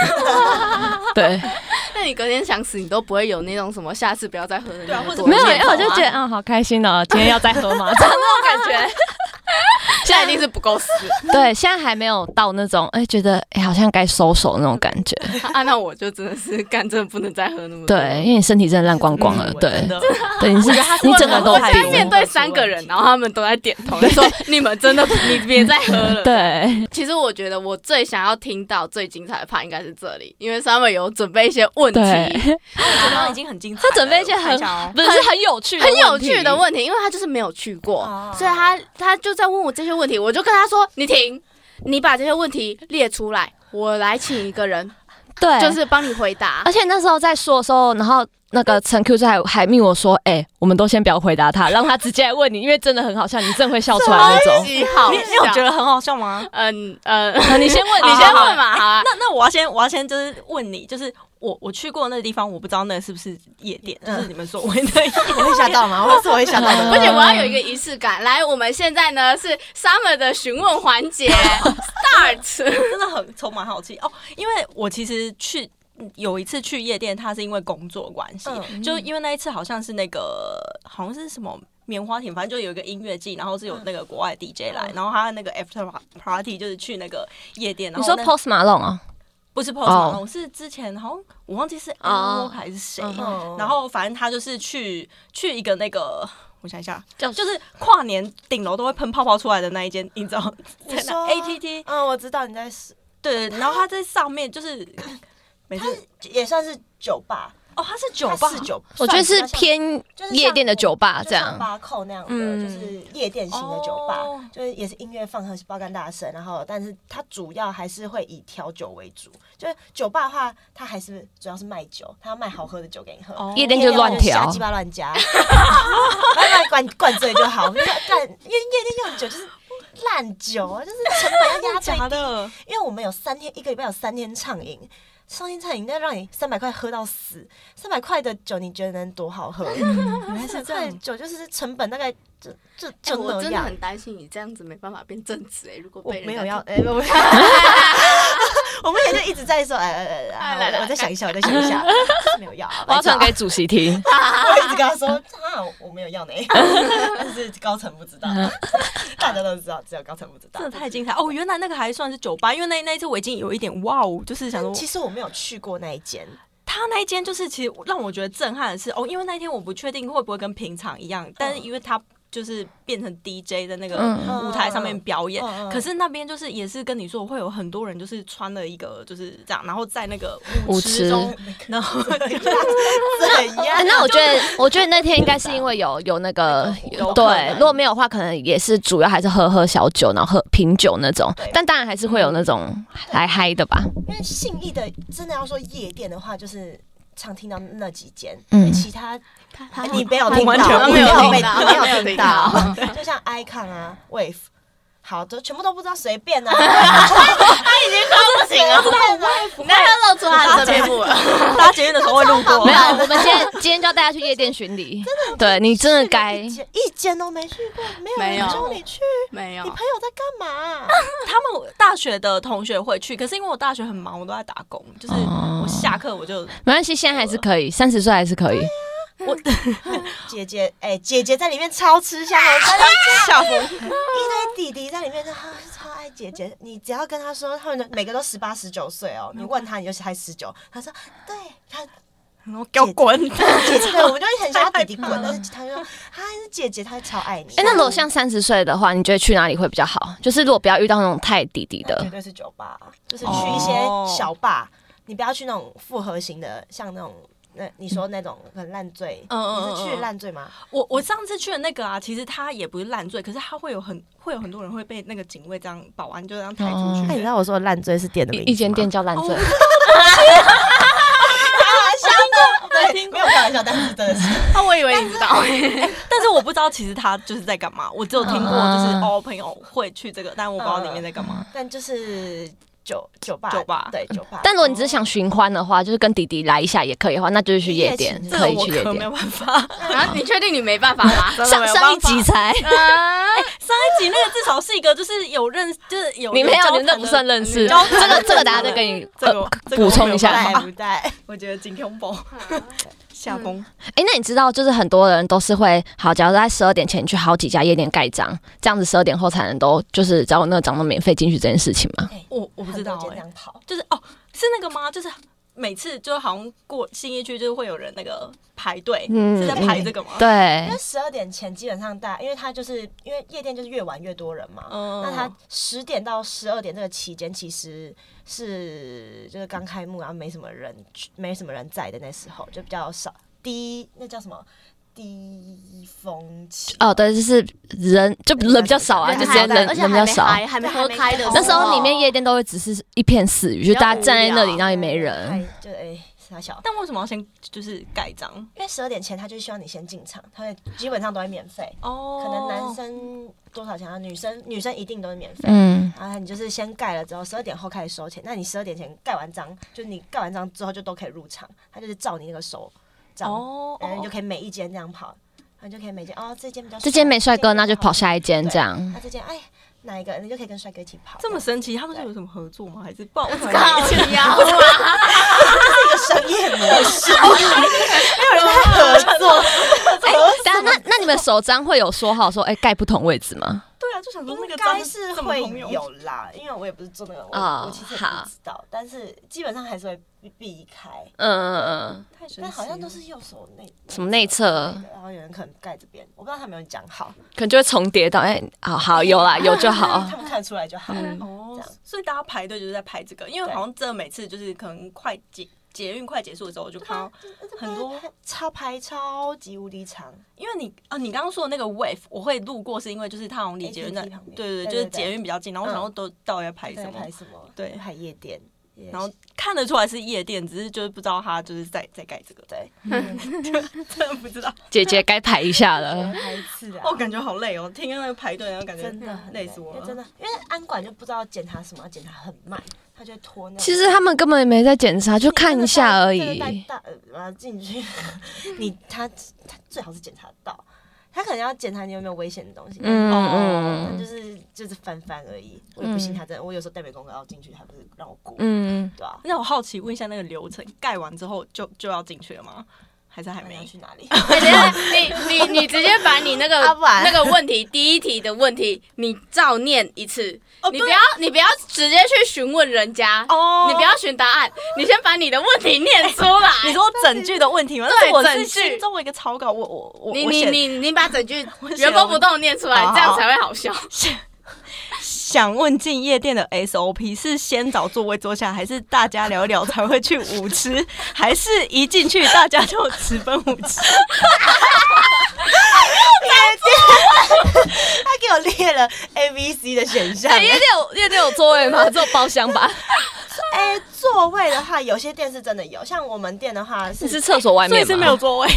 Speaker 3: 对，
Speaker 2: 那你隔天想死，你都不会有那种什么下次不要再喝的
Speaker 4: 对啊
Speaker 2: 那
Speaker 4: 或
Speaker 2: 个
Speaker 4: 者
Speaker 2: 多
Speaker 3: 没有，
Speaker 2: 见
Speaker 3: 因为我就觉得嗯，好开心哦，今天要再喝吗？
Speaker 2: 那种感觉。现在一定是不够死
Speaker 3: 对，现在还没有到那种哎、觉得哎、好像该收手那种感 觉。
Speaker 2: 啊！那我就真的是干，真的不能再喝那么多。
Speaker 3: 对，因为你身体真嗯的烂光光
Speaker 4: 嗯
Speaker 3: 了。对
Speaker 1: 真，的
Speaker 3: 对， 你是你整个 都
Speaker 2: 我现在
Speaker 3: 病
Speaker 2: 面
Speaker 3: 了。
Speaker 2: 对三个人，然后他们都在点头，就说你们真的不，你别再喝了。
Speaker 3: 对，
Speaker 2: 其实我觉得我最想要听到最精彩的 part 应该是这里，因为 Summer 有准备一些问题，
Speaker 3: 对
Speaker 4: 刚刚已经很精彩了。
Speaker 3: 他准备一些很
Speaker 4: 我看一下哦
Speaker 3: 不是是很有趣的
Speaker 2: 很有
Speaker 3: 问题
Speaker 2: 趣的问题，因为他就是没有去过，
Speaker 1: 哦
Speaker 2: 所以他他就在问我这些问题，我就跟他说：“你停，你把这些问题列出来，我来请一个人，
Speaker 3: 对，啊
Speaker 2: 就是帮你回答。
Speaker 3: 而且那时候在说的时候，然后那个陈 Q 就还还密我说，哎、我们都先不要回答他，让他直接来问你，因为真的很好笑，你真的会笑出来那 种。
Speaker 2: 极好
Speaker 4: 你你有
Speaker 2: 笑
Speaker 4: 觉得很好笑吗？
Speaker 2: 嗯嗯，
Speaker 3: 那你先问，
Speaker 2: 你
Speaker 3: 你
Speaker 2: 先
Speaker 3: 先
Speaker 2: 问
Speaker 3: 问。
Speaker 2: 嘛，好啊
Speaker 4: 那那我要先我要先就是问你，就是我我去过那个地方，我不知道那是不是夜店，就
Speaker 1: 嗯
Speaker 4: 是你们所谓的夜店。
Speaker 1: 我会吓 到吗？我是我会吓到
Speaker 2: 不
Speaker 1: 的。
Speaker 2: 行，我要有一个仪式感。来，我们现在呢是 Summer 的询问环 节，Start。
Speaker 4: 真的很充满好奇哦，因为我其实去。嗯有一次去夜店，他是因为工作关系，
Speaker 1: 嗯
Speaker 4: 就因为那一次好像是那个好像是什么棉花田，反正就有一个音乐季，然后是有那个国外 DJ 来，然后他那个 after party 就是去那个夜店，然
Speaker 3: 你
Speaker 4: 后
Speaker 3: 说
Speaker 4: 那
Speaker 3: Post Malone 啊？
Speaker 4: 不是 post
Speaker 3: 哦
Speaker 4: Malone，、是之前好像我忘记是 a
Speaker 3: 哦
Speaker 4: l o 还是谁
Speaker 3: 嗯
Speaker 1: 哼
Speaker 4: 然后反正他就是去去一个那个。我想一下，
Speaker 3: 叫
Speaker 4: 就是跨年顶楼都会喷泡泡出来的那一间，你知道？在
Speaker 1: 你
Speaker 4: 哪
Speaker 1: 说
Speaker 4: ATT
Speaker 1: 嗯，我知道你在
Speaker 4: 对，然后他在上面就是每次
Speaker 1: 也算是酒吧，
Speaker 4: 哦，他是酒吧
Speaker 1: 它是酒，
Speaker 3: 我觉得是
Speaker 1: 算它像
Speaker 3: 偏
Speaker 1: 就是像
Speaker 3: 夜店的酒吧
Speaker 1: 就
Speaker 3: 这
Speaker 1: 像
Speaker 3: 样。
Speaker 1: 巴扣那样的，
Speaker 3: 嗯
Speaker 1: 就是夜店型的酒吧，
Speaker 4: 哦
Speaker 1: 就是也是音乐放很爆肝大声，然后但是它主要还是会以调酒为主，就是酒吧的话，它还是主要是卖酒，它要卖好喝的酒给你喝。
Speaker 4: 哦
Speaker 3: 夜店就乱
Speaker 1: 瞎
Speaker 3: 调
Speaker 1: 鸡，巴乱加，慢慢灌灌醉就好。就是干，因为夜店用酒就是烂酒啊，就是成本 要压最
Speaker 4: 假的，
Speaker 1: 因为我们有三天，一个礼拜有三天畅饮，三天畅饮那让你三百块喝到死，三百块的酒你觉得能多好喝？
Speaker 2: 嗯
Speaker 4: 原来是
Speaker 1: 三
Speaker 4: 这
Speaker 1: 块
Speaker 4: 样。
Speaker 1: 酒就是成本大概就就
Speaker 2: 哎
Speaker 1: 就
Speaker 2: 我
Speaker 1: 那
Speaker 2: 真的
Speaker 1: 样
Speaker 2: 很。担心你这样子没办法变正直哎、如果
Speaker 1: 我
Speaker 2: 被人
Speaker 1: 没
Speaker 2: 家
Speaker 1: 有要，
Speaker 2: 听
Speaker 1: 哎、我我目前就一直在说，哎哎 哎哎
Speaker 2: 来
Speaker 1: 哎，
Speaker 2: 来
Speaker 1: 我我再想一下，我再想一 下，就是没有要啊。
Speaker 3: 我
Speaker 1: 白
Speaker 3: 要
Speaker 1: 痴啊
Speaker 3: 传给主席听。
Speaker 1: 我一直跟他说啊，我没有要呢，但是高层不知道， 大家都知道，只有高层不知道
Speaker 4: 真。的太精彩哦！原来那个还算是酒吧，因为那那一次我已经有一点哇哦，就是想说，
Speaker 1: 其实我没有去过那一 间，
Speaker 4: 他那一间就是其实让我觉得震撼的是哦，因为那一天我不确定会不会跟平常一样，但是因为他就是变成 DJ 在那个
Speaker 3: 嗯，
Speaker 1: 嗯
Speaker 4: 舞台上面表演，
Speaker 1: 嗯嗯
Speaker 4: 可是那边就是也是跟你说会有很多人就是穿了一个就是这样，然后在那个
Speaker 3: 舞
Speaker 4: 舞
Speaker 3: 池
Speaker 4: 池中，然后
Speaker 1: 怎
Speaker 3: 哎
Speaker 1: 样？
Speaker 3: 那我觉得，我觉得那天应该是因为有有那个
Speaker 4: 有可
Speaker 3: 对
Speaker 4: 能，
Speaker 3: 如果没有的话，可能也是主要还是喝喝小酒，然后喝品酒那种
Speaker 1: 对。
Speaker 3: 但当然还是会有那
Speaker 4: 嗯
Speaker 3: 种来嗨的吧。
Speaker 1: 因为信义的真的要说夜店的话，就是常听到那几间，
Speaker 3: 嗯
Speaker 1: 其他
Speaker 2: 他他
Speaker 1: 你没有
Speaker 4: 他
Speaker 1: 听到，
Speaker 4: 完全
Speaker 1: 你
Speaker 4: 不
Speaker 1: 没
Speaker 4: 知道
Speaker 1: 有被
Speaker 2: 他
Speaker 1: 你
Speaker 2: 没
Speaker 1: 没
Speaker 2: 有
Speaker 1: 有
Speaker 2: 听
Speaker 1: 听
Speaker 2: 到
Speaker 1: 到，就像 Icon 啊，Wave。好，都全部都不知道，随便啊！他已经 快不行了，
Speaker 2: 那 要露出他的真面目了。
Speaker 4: 搭捷运的时候会路过，
Speaker 3: 没有，我们今天今天就要带他去夜店 巡礼。对你真的该
Speaker 1: 一间一间都没去过，没有
Speaker 2: 没有
Speaker 1: 人揪你去，
Speaker 2: 没
Speaker 1: 你
Speaker 2: 有
Speaker 1: 朋，友在干嘛？
Speaker 4: 他们大学的同学会去，可是因为我大学很忙，我都在打工，就是
Speaker 3: 哦
Speaker 4: 我下课我就
Speaker 3: 没关系，现在还是可以，三十岁还是可
Speaker 4: 啊
Speaker 3: 以。
Speaker 1: 姐姐，哎，姐姐在里面超吃香 的，真的
Speaker 4: 下风。
Speaker 1: 一堆弟弟在里面，他超爱姐姐。你只要跟他说，他们的每个都十八十九岁哦，你问他你就才十九，他说对，他
Speaker 4: 然后给我 滚！
Speaker 1: 姐 姐，对，我们就会很想要弟弟滚，但是他就说他是姐姐，他超爱你。
Speaker 3: 哎、那如果像三十岁的话，你觉得去哪里会比较好？就是如果不要遇到那种太弟弟
Speaker 1: 那绝
Speaker 3: 的，
Speaker 1: 对是酒吧，就是
Speaker 3: 哦
Speaker 1: 去一些小吧，你不要去那种复合型的，像那种那你说那种很烂醉，
Speaker 4: 嗯嗯嗯
Speaker 1: 你是去
Speaker 4: 嗯
Speaker 1: 烂醉吗？
Speaker 4: 我我上次去的那个啊，其实他也不是烂醉，可是他会有很会有很多人会被那个警卫这样保安就这样抬出
Speaker 3: 哦
Speaker 4: 去。哦
Speaker 1: 那哎你知道我说的烂醉是店的名字
Speaker 3: 一间店叫烂醉，
Speaker 1: 啊 对，没有开玩笑，但是真的是
Speaker 2: 啊我以为你知 道。
Speaker 4: 但是我不知道其实他就是在干嘛，我只有听过就是
Speaker 3: 嗯
Speaker 4: 哦朋友会去这个，但我不知道里面在干嘛。
Speaker 1: 但就是酒酒吧，
Speaker 4: 酒吧
Speaker 1: 对酒吧。
Speaker 3: 但如果你只是想寻欢的话，就是跟弟弟来一下也可以的话，那就是去夜店，
Speaker 4: 这
Speaker 3: 可
Speaker 4: 个
Speaker 3: 以
Speaker 4: 我
Speaker 3: 去夜
Speaker 4: 可没有。
Speaker 3: 店
Speaker 4: 办法。
Speaker 2: 然啊后你确定你没办法吗？
Speaker 4: 真的
Speaker 3: 上
Speaker 4: 没有
Speaker 3: 上一
Speaker 4: 办法
Speaker 3: 集才，
Speaker 2: 啊，
Speaker 4: 上一集那个至少是一个就是有认，就是有
Speaker 3: 你没
Speaker 4: 交
Speaker 3: 有，
Speaker 4: 谈
Speaker 3: 你那不
Speaker 4: 的
Speaker 3: 算认识。
Speaker 4: 交谈
Speaker 3: 哦这个
Speaker 4: 的
Speaker 3: 这个大家再跟你
Speaker 4: 这个我
Speaker 3: 呃
Speaker 4: 这个
Speaker 3: 补
Speaker 4: 我
Speaker 3: 充
Speaker 4: 没
Speaker 3: 一
Speaker 4: 有
Speaker 3: 下哎
Speaker 4: 办
Speaker 1: 带不
Speaker 3: 好不好。
Speaker 1: 带？
Speaker 4: 我觉得今天爆 下风，
Speaker 3: 哎、那你知道，就是很多人都是会好，假如在十二点前去好几家夜店盖章，这样子十二点后才能都就是只要有那个章都免费进去这件事情吗？
Speaker 4: 我我不知道
Speaker 1: 很多间
Speaker 4: 哎、
Speaker 1: 这样跑，
Speaker 4: 就是哦，是那个吗？就是每次就好像过新一区，就是会有人那个排队，
Speaker 3: 嗯
Speaker 4: 是在排这个吗？，
Speaker 3: 对
Speaker 1: 因为，十二点前基本上大，因为他就是因为夜店就是越晚越多人嘛，
Speaker 4: 嗯
Speaker 1: 那他十点到十二点这个期间，其实是就是刚开幕，然后没什么人，没什么人在的那时候就比较少，低那叫什么低峰期
Speaker 3: 哦，，对，就是人就人比较少啊，
Speaker 1: 人
Speaker 3: 就直
Speaker 1: 还
Speaker 3: 接
Speaker 1: 在
Speaker 3: 人
Speaker 2: 而且
Speaker 3: 人比
Speaker 2: 还
Speaker 3: 较
Speaker 2: 没
Speaker 3: 少。
Speaker 2: 嗨，还没喝开的候，
Speaker 3: 那时候里面 夜店都会只是一片死鱼，就大家站在那里，然后也没人。
Speaker 1: 哎，就哎傻小。
Speaker 4: 但为什么要先就是盖章？
Speaker 1: 因为十二点前他就是希望你先进场，他会基本上都会免费，
Speaker 4: 哦，
Speaker 1: 可能男生多少钱啊？女生女生一定都是免费。
Speaker 3: 嗯，
Speaker 1: 然后你就是先盖了之后，十二点后开始收钱。那你十二点前盖完章，就你盖完章之后就都可以入场，他就是照你那个收章，
Speaker 4: 哦，
Speaker 1: 然后你就可以每一间这样跑，然后你就可以每间哦这间比较
Speaker 3: 这间没帅哥，那就跑下
Speaker 1: 一
Speaker 3: 一 间这样。
Speaker 1: 那这间哎哪一个你就可以跟帅哥一起跑，
Speaker 4: 这么
Speaker 1: 是
Speaker 4: 神奇，他们是有什么合作吗？还是不知 道为什 么
Speaker 2: 靠腰啊，
Speaker 1: 一个商业模式，没有人在合作，
Speaker 3: 哎，等下那那你们首章会有说好说，哎，盖不同位置吗？
Speaker 4: 对啊，就想说那
Speaker 1: 应
Speaker 4: 个
Speaker 1: 该
Speaker 4: 章
Speaker 1: 是
Speaker 4: 怎么
Speaker 1: 会
Speaker 4: 通用
Speaker 1: 有啦，因为我也不是做那个，我、
Speaker 3: 哦
Speaker 1: 我其实也
Speaker 3: 好
Speaker 1: 不知道，但是基本上还是会避避开，
Speaker 3: 嗯嗯嗯，
Speaker 4: 太神奇了，
Speaker 1: 但好像都是右手内
Speaker 3: 什么内侧
Speaker 1: 之类的然后有人可能盖这边，我不知道他有没有讲好，
Speaker 3: 可能就会重叠到，哎，好好有 啦，有就好
Speaker 1: 他。们看得出来就好。
Speaker 4: 哦
Speaker 1: 这样，
Speaker 4: 所以大家排队就是在排这个，因为
Speaker 1: 对
Speaker 4: 好像这每次就是可能快捷捷运快结束的时候，我
Speaker 1: 啊
Speaker 4: 就看到，很多
Speaker 1: 超排超级无敌长，
Speaker 4: 因为你啊，你刚刚说的那个 wave，我会路过是因为就是它好像离捷运站
Speaker 1: ATT 旁，边
Speaker 4: 对
Speaker 1: 对
Speaker 4: 对，就
Speaker 1: 对
Speaker 4: 是
Speaker 1: 对
Speaker 4: 捷运比较近，然后我想说都到底在排
Speaker 1: 在
Speaker 4: 什么
Speaker 1: 排，什么？
Speaker 4: 对
Speaker 1: 排夜店，也
Speaker 4: 然后看得出来是夜店，只是就是不知道他就是在在盖这个，
Speaker 1: 对，
Speaker 4: 真的不知道，
Speaker 3: 姐姐该排一下了。
Speaker 1: 排一次啊
Speaker 4: 哦，。感觉好累哦，听那个排队，然后感觉
Speaker 1: 真的很
Speaker 4: 累死我
Speaker 1: 因为真
Speaker 4: 了。
Speaker 1: 的，因为安管就不知道检查什么，检查很慢，他就会拖那种。
Speaker 3: 其实他们根本没在检查，就看一下而
Speaker 1: 你真的带
Speaker 3: 已。
Speaker 1: 大呃进 去，你他他最好是检查到，他可能要检查你有没有危险的东西。
Speaker 3: 嗯
Speaker 1: 哦，那
Speaker 3: 嗯
Speaker 1: 就是就是翻翻而已。我也不信他真的，我有时候代表公告要进去，他不是让我过，
Speaker 3: 嗯，
Speaker 1: 对啊，
Speaker 4: 那我好奇问一下，那个流程盖完之后就就要进去了吗？还是还
Speaker 1: 那你要
Speaker 4: 没？
Speaker 1: 去哪里？
Speaker 2: 哎等一下你你你直接把你那个
Speaker 1: 阿婉
Speaker 2: 那个问题第一题的问题，你照念一次，
Speaker 4: 哦
Speaker 2: 你
Speaker 4: 对
Speaker 2: 不要你不要直接去询问人家，
Speaker 4: 哦哎
Speaker 2: 你不要询答案，你先把你的问题念出来。
Speaker 4: 你说整句的问题吗？
Speaker 2: 对
Speaker 4: 那我
Speaker 2: 整
Speaker 4: 是
Speaker 2: 句
Speaker 4: 心中有一个草稿，我我我
Speaker 2: 你
Speaker 4: 我
Speaker 2: 你
Speaker 4: 写
Speaker 2: 你你把整句
Speaker 4: 写
Speaker 2: 原封不动念出来，
Speaker 4: 好好
Speaker 2: 这样才会好笑。
Speaker 4: 想问进夜店的 SOP 是先找座位坐下，还是大家聊一聊才会去舞池， 还是一进去大家就直奔舞 池？
Speaker 1: 他给我列了 A、B、C 的选项。
Speaker 3: 哎，夜店有夜店有座位吗？只有包厢吧？
Speaker 1: 哎、座位的话，有些店是真的有，像我们店的话
Speaker 3: 你是
Speaker 1: 是。
Speaker 3: 厕所外
Speaker 4: 所以
Speaker 3: 面
Speaker 4: 是
Speaker 3: 吗
Speaker 4: 没有？座位，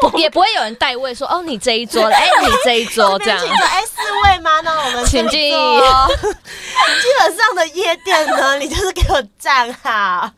Speaker 3: 不不，也不会有人代位说哦，你这一桌的，哎，你这一桌这
Speaker 1: 边
Speaker 3: 样
Speaker 1: 请。坐，哎、四位吗？那我们这
Speaker 3: 请
Speaker 1: 里
Speaker 3: 进
Speaker 1: 坐基本上的夜店呢，你就是给我站好，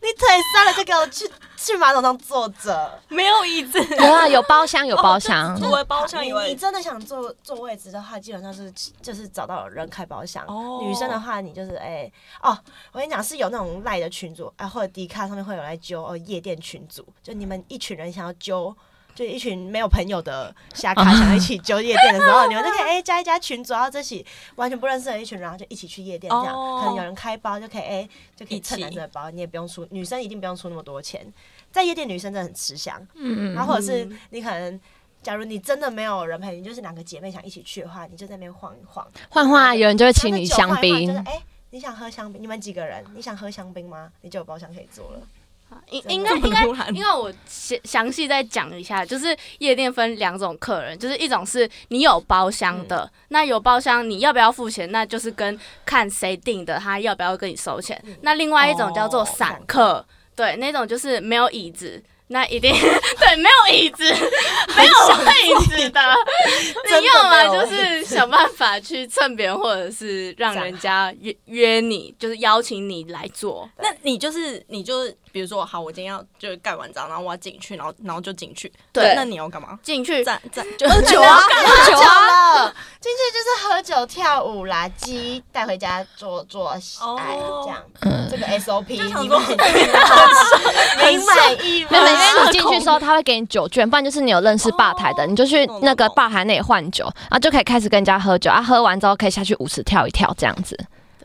Speaker 1: 你腿酸了就给我去去马桶上坐着。
Speaker 4: 没有椅子，
Speaker 3: 有啊，有包厢，有 包厢。
Speaker 4: 除了包厢以
Speaker 1: 你
Speaker 4: 外
Speaker 1: 你，真的想坐坐位置的话，基本上是就是找到人开包厢。
Speaker 4: 哦
Speaker 1: 女生的话，你就是哎、哦，我跟你讲是有那种赖的群组啊，或者迪卡上面会有来揪哦夜店群组，就你们一群人想要揪。就一群没有朋友的下 卡想要一起揪夜店的时候，你们就可以哎、加一加群组，然后这起完全不认识的一群人，然后就一起去夜店这样。
Speaker 4: 哦
Speaker 1: 可能有人开包就可以哎、就可以
Speaker 4: 一起
Speaker 1: 蹭男生的包，你也不用出，女生一定不用出那么多钱。在夜店女生真的很吃香，
Speaker 3: 嗯
Speaker 1: 然后或者是你可能，假如你真的没有人陪，你就是两个姐妹想一起去的话，你就在那边晃一晃，
Speaker 3: 换换啊，有人就会
Speaker 1: 然后
Speaker 3: 请
Speaker 1: 那
Speaker 3: 你
Speaker 1: 酒
Speaker 3: 香
Speaker 1: 晃一晃就是
Speaker 3: 槟。
Speaker 1: 哎、你想喝香槟？你们几个人？你想喝香槟吗？你就有包厢可以坐了。
Speaker 2: 应
Speaker 1: 真的
Speaker 2: 应该
Speaker 4: 这么
Speaker 2: 应该
Speaker 4: 突 然
Speaker 2: 应该我详详细再讲一下，就是夜店分两种客人，就是一种是你有包厢的，
Speaker 1: 嗯
Speaker 2: 那有包厢你要不要付钱，那就是跟看谁定的，他
Speaker 1: 嗯哦
Speaker 2: 要不要跟你收钱。那另外一种叫做散客，对，那种就是没有椅子，那一 定对，没有椅子，没有位置的，
Speaker 1: 真的
Speaker 2: 你要么
Speaker 1: 没有
Speaker 2: 就
Speaker 1: 位
Speaker 2: 是想办法去蹭别人，或者是 让人家约约你，就是邀请你来做。
Speaker 4: 那你就是你就是，比如说，好，我今天要就是盖完章，然后我要进去，然后然后就进去。
Speaker 3: 对
Speaker 4: 那你要干嘛？
Speaker 2: 进去
Speaker 4: 站站就
Speaker 3: 喝 酒啊，
Speaker 5: 喝酒了，进去就是喝酒、跳舞啦，鸡带回家做做
Speaker 1: 哎
Speaker 5: 爱
Speaker 4: 哦
Speaker 5: 这样。
Speaker 3: 嗯
Speaker 5: 这个 SOP
Speaker 4: 就想
Speaker 5: 你
Speaker 4: 说
Speaker 5: 们 你满意
Speaker 3: 没有，
Speaker 5: 吗
Speaker 3: 没？有因为你进去的时候，他会给你酒券，不然就是你有认识吧台的，
Speaker 4: 哦
Speaker 3: 你就去
Speaker 4: 懂
Speaker 3: 那个
Speaker 4: 懂
Speaker 3: 吧台那里换酒，然后就可以开始跟人家喝酒啊，喝完之后可以下去舞池跳一跳这样子。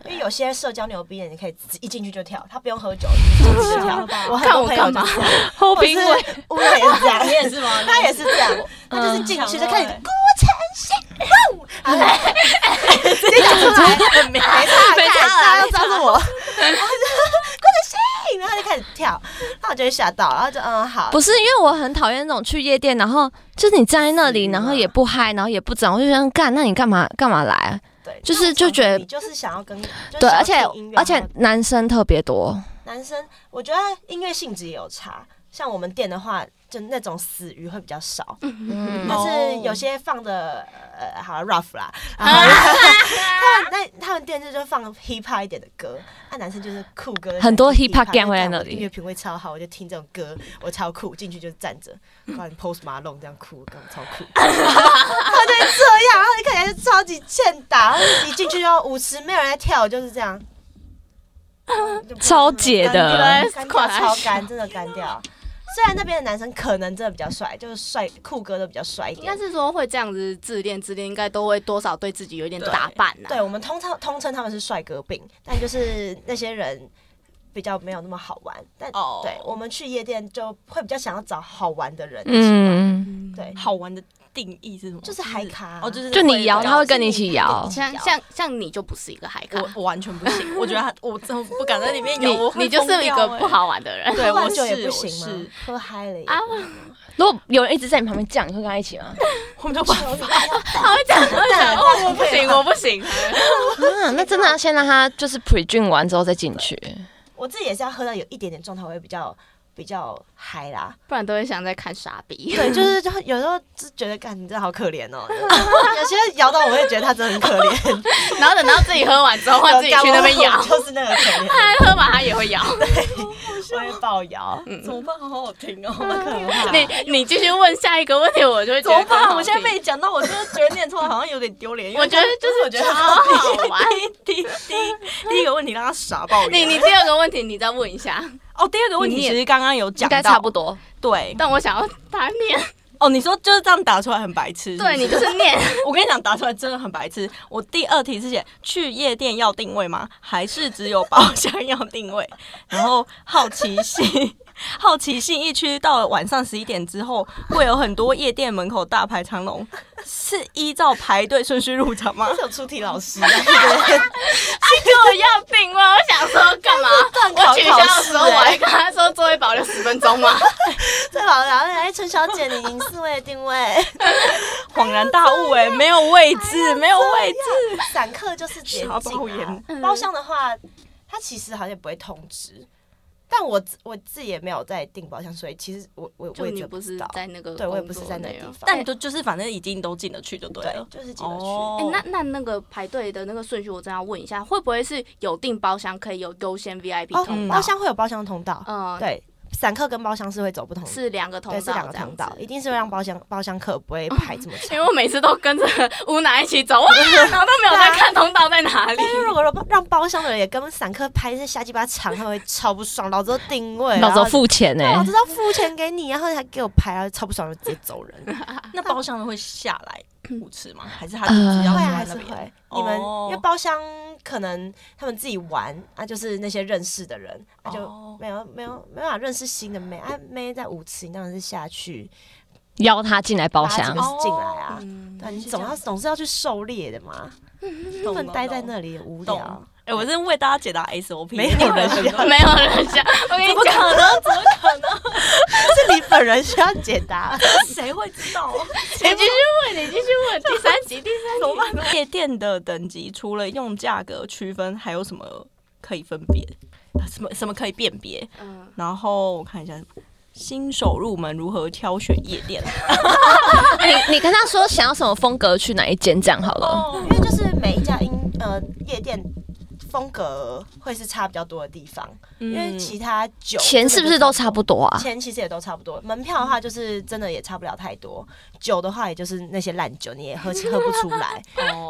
Speaker 1: 因为有些社交牛逼的，你可以自己一进去就跳，他不用喝 酒，你就进去跳。我很多朋友就是这样，
Speaker 3: 后
Speaker 1: 我是乌也是这样，
Speaker 4: 你也是吗？
Speaker 1: 他也是这 样，他就是进去就开始
Speaker 4: 嗯
Speaker 1: 好嘞，直接讲出来，没错，没错，大家都抓 住我，然后就郭德兴，然后就开始跳，然后我就会吓到，然后就嗯好，
Speaker 3: 不是因为我很讨厌那种去夜店，然后就是你站在那里，然后也不嗨，然后也不整，我就觉得干，那你干嘛干嘛来啊？
Speaker 1: 对，
Speaker 3: 就是就
Speaker 1: 那种
Speaker 3: 觉得
Speaker 1: 你就是想要跟就是
Speaker 3: 对，
Speaker 1: 想要
Speaker 3: 而且
Speaker 1: 听音乐
Speaker 3: 而且
Speaker 1: 然后
Speaker 3: 男生特别多，
Speaker 1: 男生我觉得音乐性质也有差，像我们店的话，就那种死鱼会比较少，
Speaker 3: 嗯
Speaker 1: 但是
Speaker 4: 哦
Speaker 1: 有些放的呃好 rough 啦，
Speaker 3: 啊
Speaker 1: 然后他们那他们店就是放 hip hop 一点的歌，那、男生就是酷歌，
Speaker 3: 很多 hip hop gang
Speaker 1: gang
Speaker 3: 会在那里
Speaker 1: 音乐品味超好，我就听这种歌，我超酷，进去就是站着，不然 post Malone 这样酷，我超 酷，他们就会这样，然后你看起来就超级欠打，然后一进去就舞池没有人在跳，就是这 样，
Speaker 3: 超解的
Speaker 1: 干掉超干，真的干掉。虽然那边的男生可能真的比较帅，就是帅酷哥都比较帅一
Speaker 2: 应
Speaker 1: 点
Speaker 2: 该，是说会这样子自恋，自恋应该都会多少对自己有一点打扮呐、
Speaker 1: 对，我们通常通称他们是帅哥病，但就是那些人比较没有那么好玩。但、
Speaker 4: 哦
Speaker 1: 对我们去夜店就会比较想要找好玩的人，
Speaker 3: 嗯，
Speaker 1: 对，
Speaker 4: 好玩的定义是什么？
Speaker 1: 就是嗨咖啊、
Speaker 4: 哦，就是
Speaker 3: 就你摇，
Speaker 4: 会
Speaker 3: 他会跟你一起摇
Speaker 1: 你。
Speaker 2: 像像像你就不是一个海咖，
Speaker 4: 我我完全不行，我觉得他我真的不敢在里面摇，我
Speaker 2: 你
Speaker 4: 会
Speaker 2: 你就
Speaker 4: 疯
Speaker 2: 是一
Speaker 4: 掉
Speaker 2: 个
Speaker 4: 欸
Speaker 2: 不。好玩的人
Speaker 4: 对，
Speaker 1: 喝
Speaker 4: 我
Speaker 1: 完酒也不
Speaker 4: 是我
Speaker 1: 行吗
Speaker 4: 是？
Speaker 1: 喝嗨了也
Speaker 2: 啊！
Speaker 3: 如果有人一直在你旁边叫，你会跟他一起吗？
Speaker 4: 我们就把
Speaker 2: 好会讲，好会讲，哦，我不行，
Speaker 4: 啊
Speaker 2: 我不行。
Speaker 3: 嗯，那真的要先让他就是 pre d r i n 完之后再进去。
Speaker 1: 我自己也是要喝到有一点点状态，我会比较比较嗨 啦。
Speaker 2: 不然都会想在看傻逼。
Speaker 1: 对，就是就有时候就觉得，干你真的好可怜哦。有些摇到我会觉得他真的很可 怜，
Speaker 2: 然后等到自己喝完之后，换自己去那边摇
Speaker 1: 干我，就是那个可怜的，
Speaker 2: 他喝完他也会摇。
Speaker 1: 我会爆摇。
Speaker 4: 怎么办？好好听 哦，
Speaker 2: 你你继续问下一个问题，我就会觉
Speaker 4: 怎么
Speaker 2: 得更好
Speaker 4: 办？
Speaker 2: 听
Speaker 4: 我现在被你讲到，我真的觉得念错好像有点丢脸。因为
Speaker 2: 我觉得就是我觉得好好玩。
Speaker 4: 哎第一第一第一个问题让他傻爆眼
Speaker 2: 你你第二个问题你再问一下，
Speaker 4: 哦，第二个问题
Speaker 2: 你
Speaker 4: 其
Speaker 2: 念
Speaker 4: 实刚刚有
Speaker 3: 应
Speaker 4: 讲到，
Speaker 3: 该差不多，
Speaker 4: 对
Speaker 2: 但我想要他念，
Speaker 4: 哦。你说就是这样打出来很白痴，是不
Speaker 2: 对你就是念，
Speaker 4: 我跟你讲，打出来真的很白痴。我第二题是写去夜店要定位吗？还是只有包厢要定位？ 然后好奇心， 好奇心一区到了晚上十一点之后，会有很多夜店门口大排长龙，是依照排队顺序 入场吗
Speaker 1: 这？是有出题老师，啊 对
Speaker 2: 给我要定位。我想说干嘛？我取消的时候我还跟他说座位保留十分钟嘛。
Speaker 1: 最好然后哎，陈小姐，你赢四位的定位，
Speaker 2: 哎
Speaker 4: 恍然大悟、哎，没有位置，没有位置。
Speaker 1: 散客就是捷
Speaker 4: 傻包
Speaker 1: 径啊
Speaker 4: 眼。
Speaker 1: 包厢的话，它其实好像也不会通知，但我自我自己也没有在订包厢，所以其实我我
Speaker 2: 就
Speaker 1: 我也
Speaker 2: 你
Speaker 1: 真的
Speaker 2: 不
Speaker 1: 知
Speaker 2: 是
Speaker 1: 道，
Speaker 2: 在那个
Speaker 1: 对我也不
Speaker 2: 工
Speaker 1: 是
Speaker 2: 作
Speaker 1: 在那
Speaker 2: 内
Speaker 1: 地
Speaker 2: 容
Speaker 1: 方，
Speaker 4: 但就就是反正已经都进得去就对了
Speaker 1: 对，。就是几个区。
Speaker 4: 哦
Speaker 2: 哎、那那那个排队的那个顺序，我真的要问一下，会不会是有订包厢可以有优先 VIP
Speaker 1: 哦
Speaker 2: 通，道？
Speaker 1: 包厢会有包厢通道，
Speaker 2: 嗯，，
Speaker 1: 对，散客跟包厢是会走不同，
Speaker 2: 是两个通
Speaker 1: 对，
Speaker 2: 道，
Speaker 1: 是两个通道，一
Speaker 2: 这样子嗯
Speaker 1: 定是会让包厢包厢客不会排这么长
Speaker 2: 因。为我每次都跟着乌娜一起走，哇，然后都没有在看通道在哪里
Speaker 1: 但。是如果让让包厢的人也跟散客拍这瞎鸡巴长，他们会超不爽，老子都定位，
Speaker 3: 老
Speaker 1: 然
Speaker 3: 子
Speaker 1: 后
Speaker 3: 有付钱欸呢、
Speaker 1: 老子都付钱给你，然后你还给我拍，然后超不爽就直接走 人。啊
Speaker 4: 那包厢的会下来舞池吗？还是他只
Speaker 1: 会啊，
Speaker 4: 要坐在
Speaker 1: 还
Speaker 4: 那
Speaker 1: 是
Speaker 4: 边？
Speaker 1: 会。你们
Speaker 4: 哦
Speaker 1: 因为包厢可能他们自己玩啊，就是那些认识的人，啊就
Speaker 4: 哦
Speaker 1: 没有没有没办法认识新的妹啊，妹在舞池，你当然是下去
Speaker 3: 邀他进来包
Speaker 1: 拉几
Speaker 3: 厢
Speaker 1: 个。进来啊。
Speaker 2: 嗯，
Speaker 1: 对你
Speaker 4: 哦是
Speaker 1: 总
Speaker 4: 这
Speaker 1: 要
Speaker 4: 样
Speaker 1: 总是要去狩猎的 嘛，
Speaker 4: 不
Speaker 1: 不能待在那里也无聊
Speaker 4: 懂。哎、我真的为大家解答 SOP，
Speaker 1: 没有人需 要
Speaker 2: 没有人想，我跟你
Speaker 4: 不
Speaker 2: 讲，
Speaker 4: 可能，怎么可能？
Speaker 1: 是你本人需要解 答。
Speaker 4: 谁会知道、啊？
Speaker 2: 你继续 问，你继续问，第三集，第三
Speaker 4: 怎么 办？夜店的等级除了用价格区分，还有什呃么可以分别？什么什么可以辨别？
Speaker 2: 嗯，
Speaker 4: 然后我看一下，新手入门如何挑选夜店？
Speaker 3: 你你跟他说想要什么风格，去哪一间这样好了。
Speaker 4: 哦
Speaker 1: 因为就是每一家音呃夜店风格会是差比较多的地方，因为
Speaker 4: 嗯
Speaker 1: 其他酒
Speaker 3: 钱是不是都差
Speaker 1: 多？
Speaker 3: 不多啊？
Speaker 1: 钱其实也都差不多，门票的话就是真的也差不了太多，酒的话也就是那些烂酒，你也喝喝不出 来。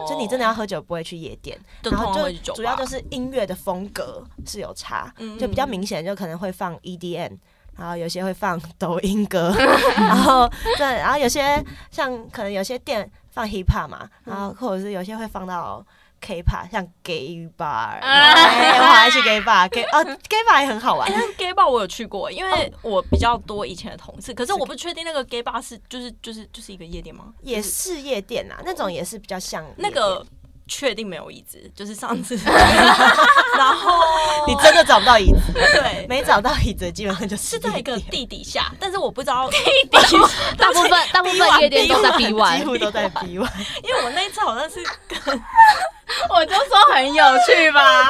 Speaker 1: 就你真的要喝酒，不会去夜店，
Speaker 4: 哦就
Speaker 1: 然后
Speaker 4: 通常会去酒
Speaker 1: 就
Speaker 4: 吧嗯
Speaker 1: 主要就是音乐的风格是有差，就比较明显，就可能会放 EDM，然后有些会放抖音 歌，然后对，然后有些像可能有些店放 hip hop 嘛，
Speaker 4: 嗯
Speaker 1: 然后或者是有些会放到 K-pop，像 gay bar，哎 我还去 gay bar，gay 哦 gay bar 也很好玩
Speaker 4: 哎、，但 gay bar 我有去过，因为我比较多以前的同事，可哦是我不确定那个 gay bar 是就是就是就是一哦个夜店吗？
Speaker 1: 也是夜店啊，那种也是比较像夜
Speaker 4: 那
Speaker 1: 店
Speaker 4: 个。确定没有椅 子，就是上次， 然后
Speaker 1: 你真的找不到椅子，
Speaker 4: 对
Speaker 1: 没找到椅子，基本上就是
Speaker 4: 是在一个
Speaker 1: 夜店
Speaker 4: 地底下，但是我不 知道，
Speaker 3: 大部分大部分夜店都在 B
Speaker 1: 啊
Speaker 3: 啊
Speaker 1: 几
Speaker 3: Y，
Speaker 1: 乎都在 B 完。
Speaker 4: 因为我那一次好像是
Speaker 2: 我就说很有趣吧，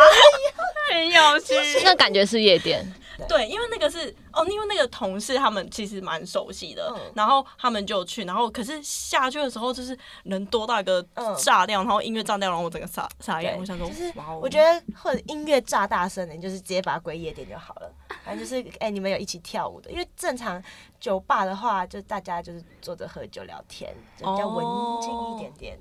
Speaker 2: 很有趣。
Speaker 3: 那感觉是夜店。
Speaker 4: 对，因为那个是哦，因为那个同事他们其实蛮熟悉的，
Speaker 1: 嗯
Speaker 4: 然后他们就去，然后可是下去的时候就是人多到一个
Speaker 1: 嗯
Speaker 4: 炸掉，然后音乐炸掉，然后我整个傻傻眼，
Speaker 1: 对
Speaker 4: 哎我想说，
Speaker 1: 就是
Speaker 4: 哇哦，
Speaker 1: 我觉得或者音乐炸大声的，你就是直接把它归夜店就好了。反正就是，哎、你们有一起跳舞的，因为正常酒吧的话，就大家就是坐着喝酒聊天，就比较文静一点点。
Speaker 4: 哦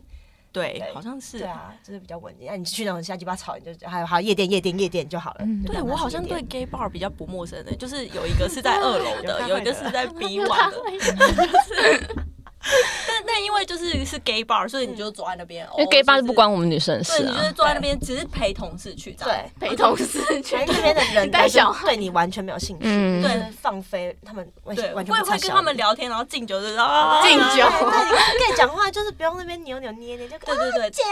Speaker 4: 对，
Speaker 1: 对
Speaker 4: 好像是
Speaker 1: 对，啊，就是比较文静。那、你去那种瞎鸡巴吵，你就还有好夜店夜店夜店就好了。就
Speaker 4: 嗯对
Speaker 1: 当它
Speaker 4: 我好
Speaker 1: 是
Speaker 4: 像
Speaker 1: 夜
Speaker 4: 对
Speaker 1: 店
Speaker 4: gay bar 比较不陌生的，欸就是有一个是在二楼
Speaker 1: 有
Speaker 4: 的，
Speaker 1: 看
Speaker 4: 有一个
Speaker 1: 会的
Speaker 4: 是在 B one 的，但但因为就是是 gay bar，所以你
Speaker 1: 嗯
Speaker 4: 就坐在那边，
Speaker 3: 因为 gay bar
Speaker 4: 哦是
Speaker 3: 是不关我们女生的
Speaker 4: 对，
Speaker 3: 事
Speaker 4: 你就
Speaker 3: 啊
Speaker 4: 是。坐在那边，只是陪同事去这样。
Speaker 1: 对。
Speaker 2: 陪同事去
Speaker 1: 反正那边的 人
Speaker 2: 带小
Speaker 1: 就是对你完全没有兴趣，
Speaker 3: 嗯
Speaker 1: 就是放飞他们，完
Speaker 4: 对，
Speaker 1: 全
Speaker 4: 会
Speaker 1: 完全不
Speaker 4: 会
Speaker 1: 插
Speaker 4: 跟
Speaker 1: 小
Speaker 4: 他们
Speaker 1: 你
Speaker 4: 聊天，然后敬酒就 是啊，
Speaker 2: 敬酒
Speaker 1: 对，你跟你讲话就是不用那边扭扭捏捏，就啊
Speaker 4: 对对对，
Speaker 1: 姐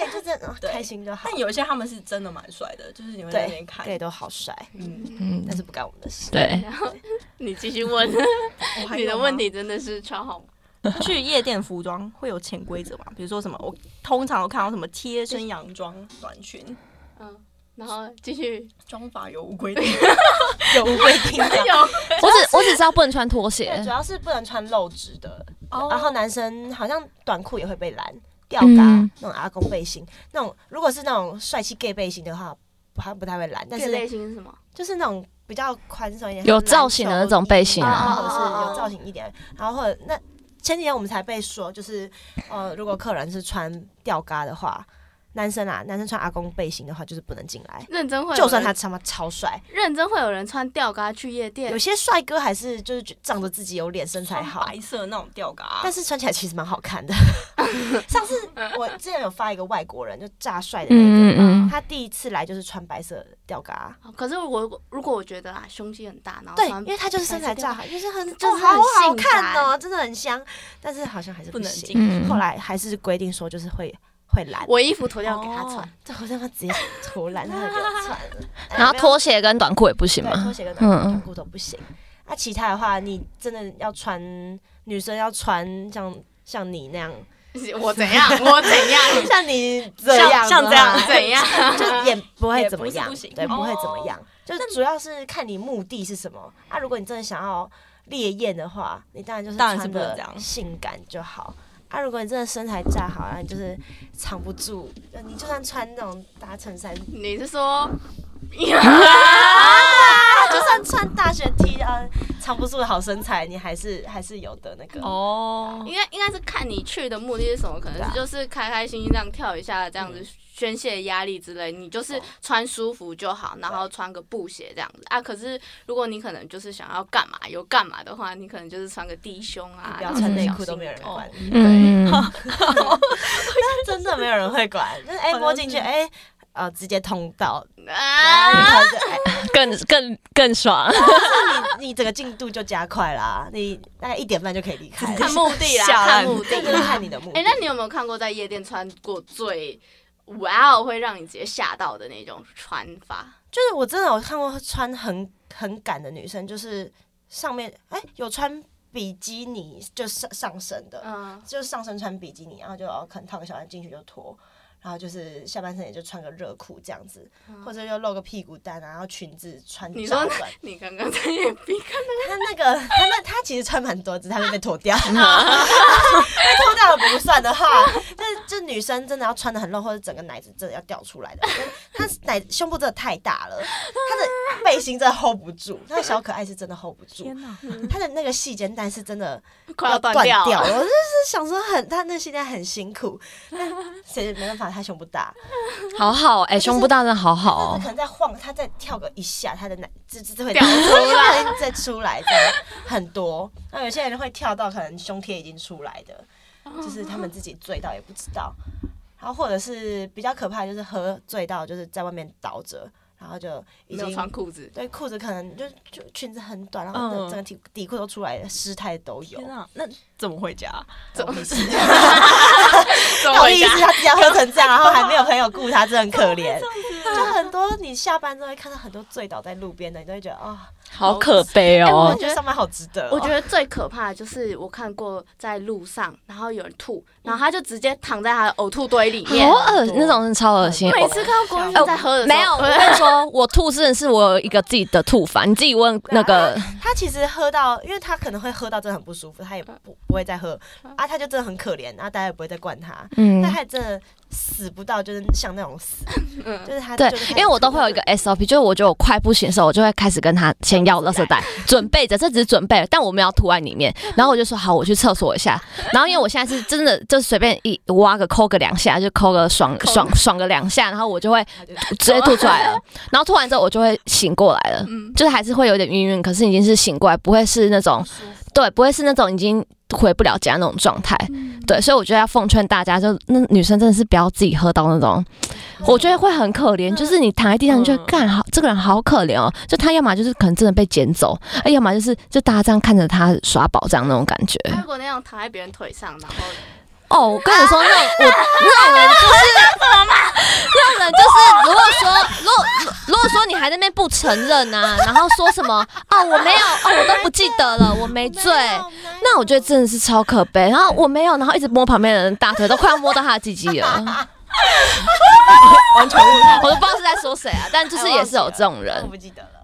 Speaker 1: 妹，就这样、哦
Speaker 4: 对
Speaker 1: 开心就好
Speaker 4: 但。有一些他们是真的蛮帅的，就是你们在那边
Speaker 1: 对
Speaker 4: 看，
Speaker 1: ，gay 都好帅，
Speaker 4: 嗯，
Speaker 3: 嗯
Speaker 1: 但是不干我们的事。
Speaker 3: 对，
Speaker 2: 你继续问，
Speaker 4: 我还有
Speaker 2: 你的
Speaker 4: 吗
Speaker 2: 问题真的是超好。
Speaker 4: 去夜店服装会有潜规则吗？比如说什么，我通常有看到什么贴身洋装、短裙，
Speaker 2: 嗯，然后继续。
Speaker 4: 妆法有无规定，
Speaker 1: 有无规定的
Speaker 2: 有
Speaker 3: 我只我只知道不能穿拖鞋
Speaker 1: 对，主，要是不能穿露趾的，
Speaker 4: 哦
Speaker 1: 然后男生好像短裤也会被拦，吊嘎、
Speaker 3: 嗯
Speaker 1: 那种阿公背心，那种如果是那种帅气 gay 背心的话，好像不太会拦，但
Speaker 2: 这
Speaker 1: 是
Speaker 2: 类型是什么？
Speaker 1: 就是那种比较宽松一点，
Speaker 3: 有造型的那种背心
Speaker 2: 啊
Speaker 1: 或者是有造型一点，然后或者那前几天我们才被说，就是呃，如果客人是穿吊嘎的话，男生啊，男生穿阿公背心的话，就是不能进来，
Speaker 2: 认真会有人，
Speaker 1: 就算他他妈超帅，
Speaker 2: 认真会有人穿吊嘎去夜店
Speaker 1: 有，些帅哥还是就是仗着自己有脸身材
Speaker 4: 穿
Speaker 1: 好，
Speaker 4: 白色那种吊嘎，
Speaker 1: 但
Speaker 4: 是
Speaker 1: 是穿起来其实蛮好看的。上次我之前有发一个外国人，就炸帅的那个，
Speaker 3: 嗯
Speaker 1: 他第一次来就是穿白色的吊嘎，
Speaker 2: 可是我如果我觉得啊，胸肌很大，然后
Speaker 1: 对，
Speaker 2: 穿
Speaker 1: 因为他就是身材炸好，就是很
Speaker 2: 就是
Speaker 1: 哦
Speaker 2: 很
Speaker 1: 好好
Speaker 2: 性感
Speaker 1: 看哦，真的很香，但是好像还是不
Speaker 4: 不能
Speaker 1: 行。
Speaker 4: 进。
Speaker 3: 嗯
Speaker 1: 后来还是规定说，就是会会懒，
Speaker 2: 我哦衣服脱掉给他穿，
Speaker 1: 这我他妈直接脱懒，真的给我穿了。哎
Speaker 3: 然后
Speaker 1: 没有
Speaker 3: 拖鞋跟短裤也不行
Speaker 1: 对
Speaker 3: 吗
Speaker 1: 拖？鞋跟
Speaker 3: 嗯
Speaker 1: 短裤都不行。那其他的话，你真的要穿女生要穿像像你那样，
Speaker 2: 哦我怎 样，我怎样，
Speaker 1: 像你这样啊
Speaker 4: 像
Speaker 1: 的
Speaker 4: 这样
Speaker 1: 话
Speaker 2: 怎样？
Speaker 1: 就也不会
Speaker 4: 也
Speaker 1: 怎么
Speaker 4: 不是
Speaker 1: 样，
Speaker 4: 不行
Speaker 1: 对，
Speaker 4: 哦
Speaker 1: 不会怎么样。就是主要是看你目的是什么啊。如果你真的想要烈焰的话，你当然就是
Speaker 4: 当然是
Speaker 1: 穿
Speaker 4: 不能
Speaker 1: 的
Speaker 4: 这样
Speaker 1: 性感就好。啊，如果你真的身材炸好，啊，你就是藏不住。就你就算穿那种大衬衫，
Speaker 2: 你是 说？
Speaker 1: 就算穿大学 T，啊，藏不住的好身材，你还是还是有的那个。
Speaker 4: 哦，
Speaker 2: 应该应该是看你去的目的是什么，可
Speaker 1: 啊
Speaker 2: 能是就是开开心心这样跳一下，这样
Speaker 1: 嗯
Speaker 2: 子宣泄压力之类。你
Speaker 1: 哦
Speaker 2: 就是穿舒服就好，然后穿个布鞋这样子啊。可是如果你可能就是想要干嘛有干嘛的话，你可能就是穿个低胸啊，
Speaker 1: 不要
Speaker 2: 然后
Speaker 1: 穿
Speaker 2: 小
Speaker 1: 内
Speaker 2: 心
Speaker 1: 裤都没有人
Speaker 2: 哦
Speaker 1: 管，
Speaker 3: 嗯，
Speaker 1: 真的没有人会管。就是哎、
Speaker 4: 好像
Speaker 1: 摸进
Speaker 4: 是
Speaker 1: 去，哎、呃，直接通道，然后
Speaker 2: 啊，
Speaker 1: 你穿着哎
Speaker 3: 更更更爽。
Speaker 1: 你 你整个进度就加快啦，你大概一点半就可以离开了。
Speaker 2: 看目的啦，
Speaker 4: 下
Speaker 2: 看
Speaker 4: 烂
Speaker 2: 目的
Speaker 1: 这就。是看你的目
Speaker 2: 哎、
Speaker 1: 的。
Speaker 2: 那你有没有看过在夜店穿过最哇哦会让你直接吓到的那种穿法？
Speaker 1: 就是我真的有看过穿很很赶的女生，就是上面哎、有穿比基尼就上上身的，
Speaker 2: 嗯，
Speaker 1: 就是上身穿比基尼，然后就哦可能套个小环进去就脱，然后就是下半身也就穿个热裤这样子，或者就露个屁股蛋啊，然后裙子穿
Speaker 2: 嗯你
Speaker 1: 脚
Speaker 2: 说
Speaker 1: 短。
Speaker 2: 你刚刚在眼皮看到
Speaker 1: 他那个他那他其实穿蛮多，只是他就被脱掉。被脱掉了不算的话，但是就女生真的要穿的很露，或者整个奶子真的要掉出来的，她奶胸部真的太大了，她的背心真的 hold 不住，她的小可爱是真的 hold 不住，
Speaker 4: 天哪！
Speaker 1: 她的那个细肩带是真的
Speaker 2: 快
Speaker 1: 要
Speaker 2: 要
Speaker 1: 断
Speaker 2: 断掉
Speaker 1: 了。我就是想说很，她那现在很辛苦，但谁没办法，她胸部大，
Speaker 3: 好好哎、胸部大真的好
Speaker 1: 她
Speaker 3: 好哦
Speaker 1: 可。能再晃，她再跳个一下，她的奶这这这会
Speaker 2: 掉出来，
Speaker 1: 会 再出来的很多。那有些人会跳到可能胸贴已经出来的，就是他们自己醉到也不知道。然后或者是比较可怕，就是喝醉到就是在外面倒着，然后就已
Speaker 2: 没有
Speaker 1: 经
Speaker 2: 穿裤子，
Speaker 1: 对裤子可能就就裙子很短，然后整整
Speaker 4: 嗯
Speaker 1: 个底底裤都出来了，湿态都有
Speaker 4: 天。
Speaker 2: 啊
Speaker 4: 哪！那怎么回家？
Speaker 2: 怎么
Speaker 1: 思？
Speaker 2: 怎么
Speaker 1: 好
Speaker 2: 回
Speaker 1: 意
Speaker 2: 家
Speaker 1: 思，？他自己要喝成这样，然后还没 有朋友顾他，真的很可怜。
Speaker 2: 啊
Speaker 1: 就很多你下班之后会看到很多醉倒在路边的，你都会觉得啊，
Speaker 3: 好可悲
Speaker 2: 哎
Speaker 3: 哦
Speaker 2: 我！
Speaker 1: 觉得上班好值得哦。
Speaker 2: 我觉得最可怕的就是我看过在路上，然后有人吐，然后他就直接躺在他的呕吐堆里面。
Speaker 3: 好恶，那种人超恶心。
Speaker 2: 每
Speaker 3: 我
Speaker 2: 次看到国人在喝的时候，
Speaker 3: 没 有，我跟你说，我吐真的是我有一个自己的吐法，你自己问那个
Speaker 1: 他其实喝到，因为他可能会喝到真的很不舒服，他也不不会再喝啊，他就真的很可怜，啊，大家也不会再灌他，
Speaker 3: 嗯
Speaker 1: 但。他也真的死不到，就是像那种死，就是他
Speaker 3: 对
Speaker 1: 就是，他
Speaker 3: 因为我都会有一个 SOP，就是我觉得我快不行的时候，我就会开始跟他先要垃圾袋，准备着，这只是准备，但我们要吐在里面。然后我就说好，我去厕所 一下。然后因为我现在是真的就是随便一挖个抠个两下，就抠个爽爽爽个两下，然后我就会直接吐出来 了。然后吐完之后我就会醒过来了，
Speaker 2: 嗯，
Speaker 3: 就是还是会有点晕晕，可是已经是醒过来，不会是那种对，不会是那种已经回不了家那种状态。对，所以我觉得要奉劝大家，就那女生真的是不要自己喝到那种，我觉得会很可怜。就是你躺在地上，你就会
Speaker 4: 嗯
Speaker 3: 干好，这个人好可怜哦。就他要么就是可能真的被捡走，哎要么就是就大家这样看着他耍宝这样那种感觉。
Speaker 2: 如果那种躺在别人腿上，然后
Speaker 3: 哦，我跟你说，那种 我那种人就是那种人就是，如果说如果如果说你还在那边不承认啊，然后说什么哦我没有哦我都不记得了，我没醉。那我觉得真的是超可悲，然后我没有，然后一直摸旁边的人大腿，都快要摸到他的鸡鸡 了，
Speaker 1: 完全
Speaker 3: 我都不知道是在说谁啊，但就是也是有这种
Speaker 1: 我
Speaker 3: 人，
Speaker 1: 不记得了。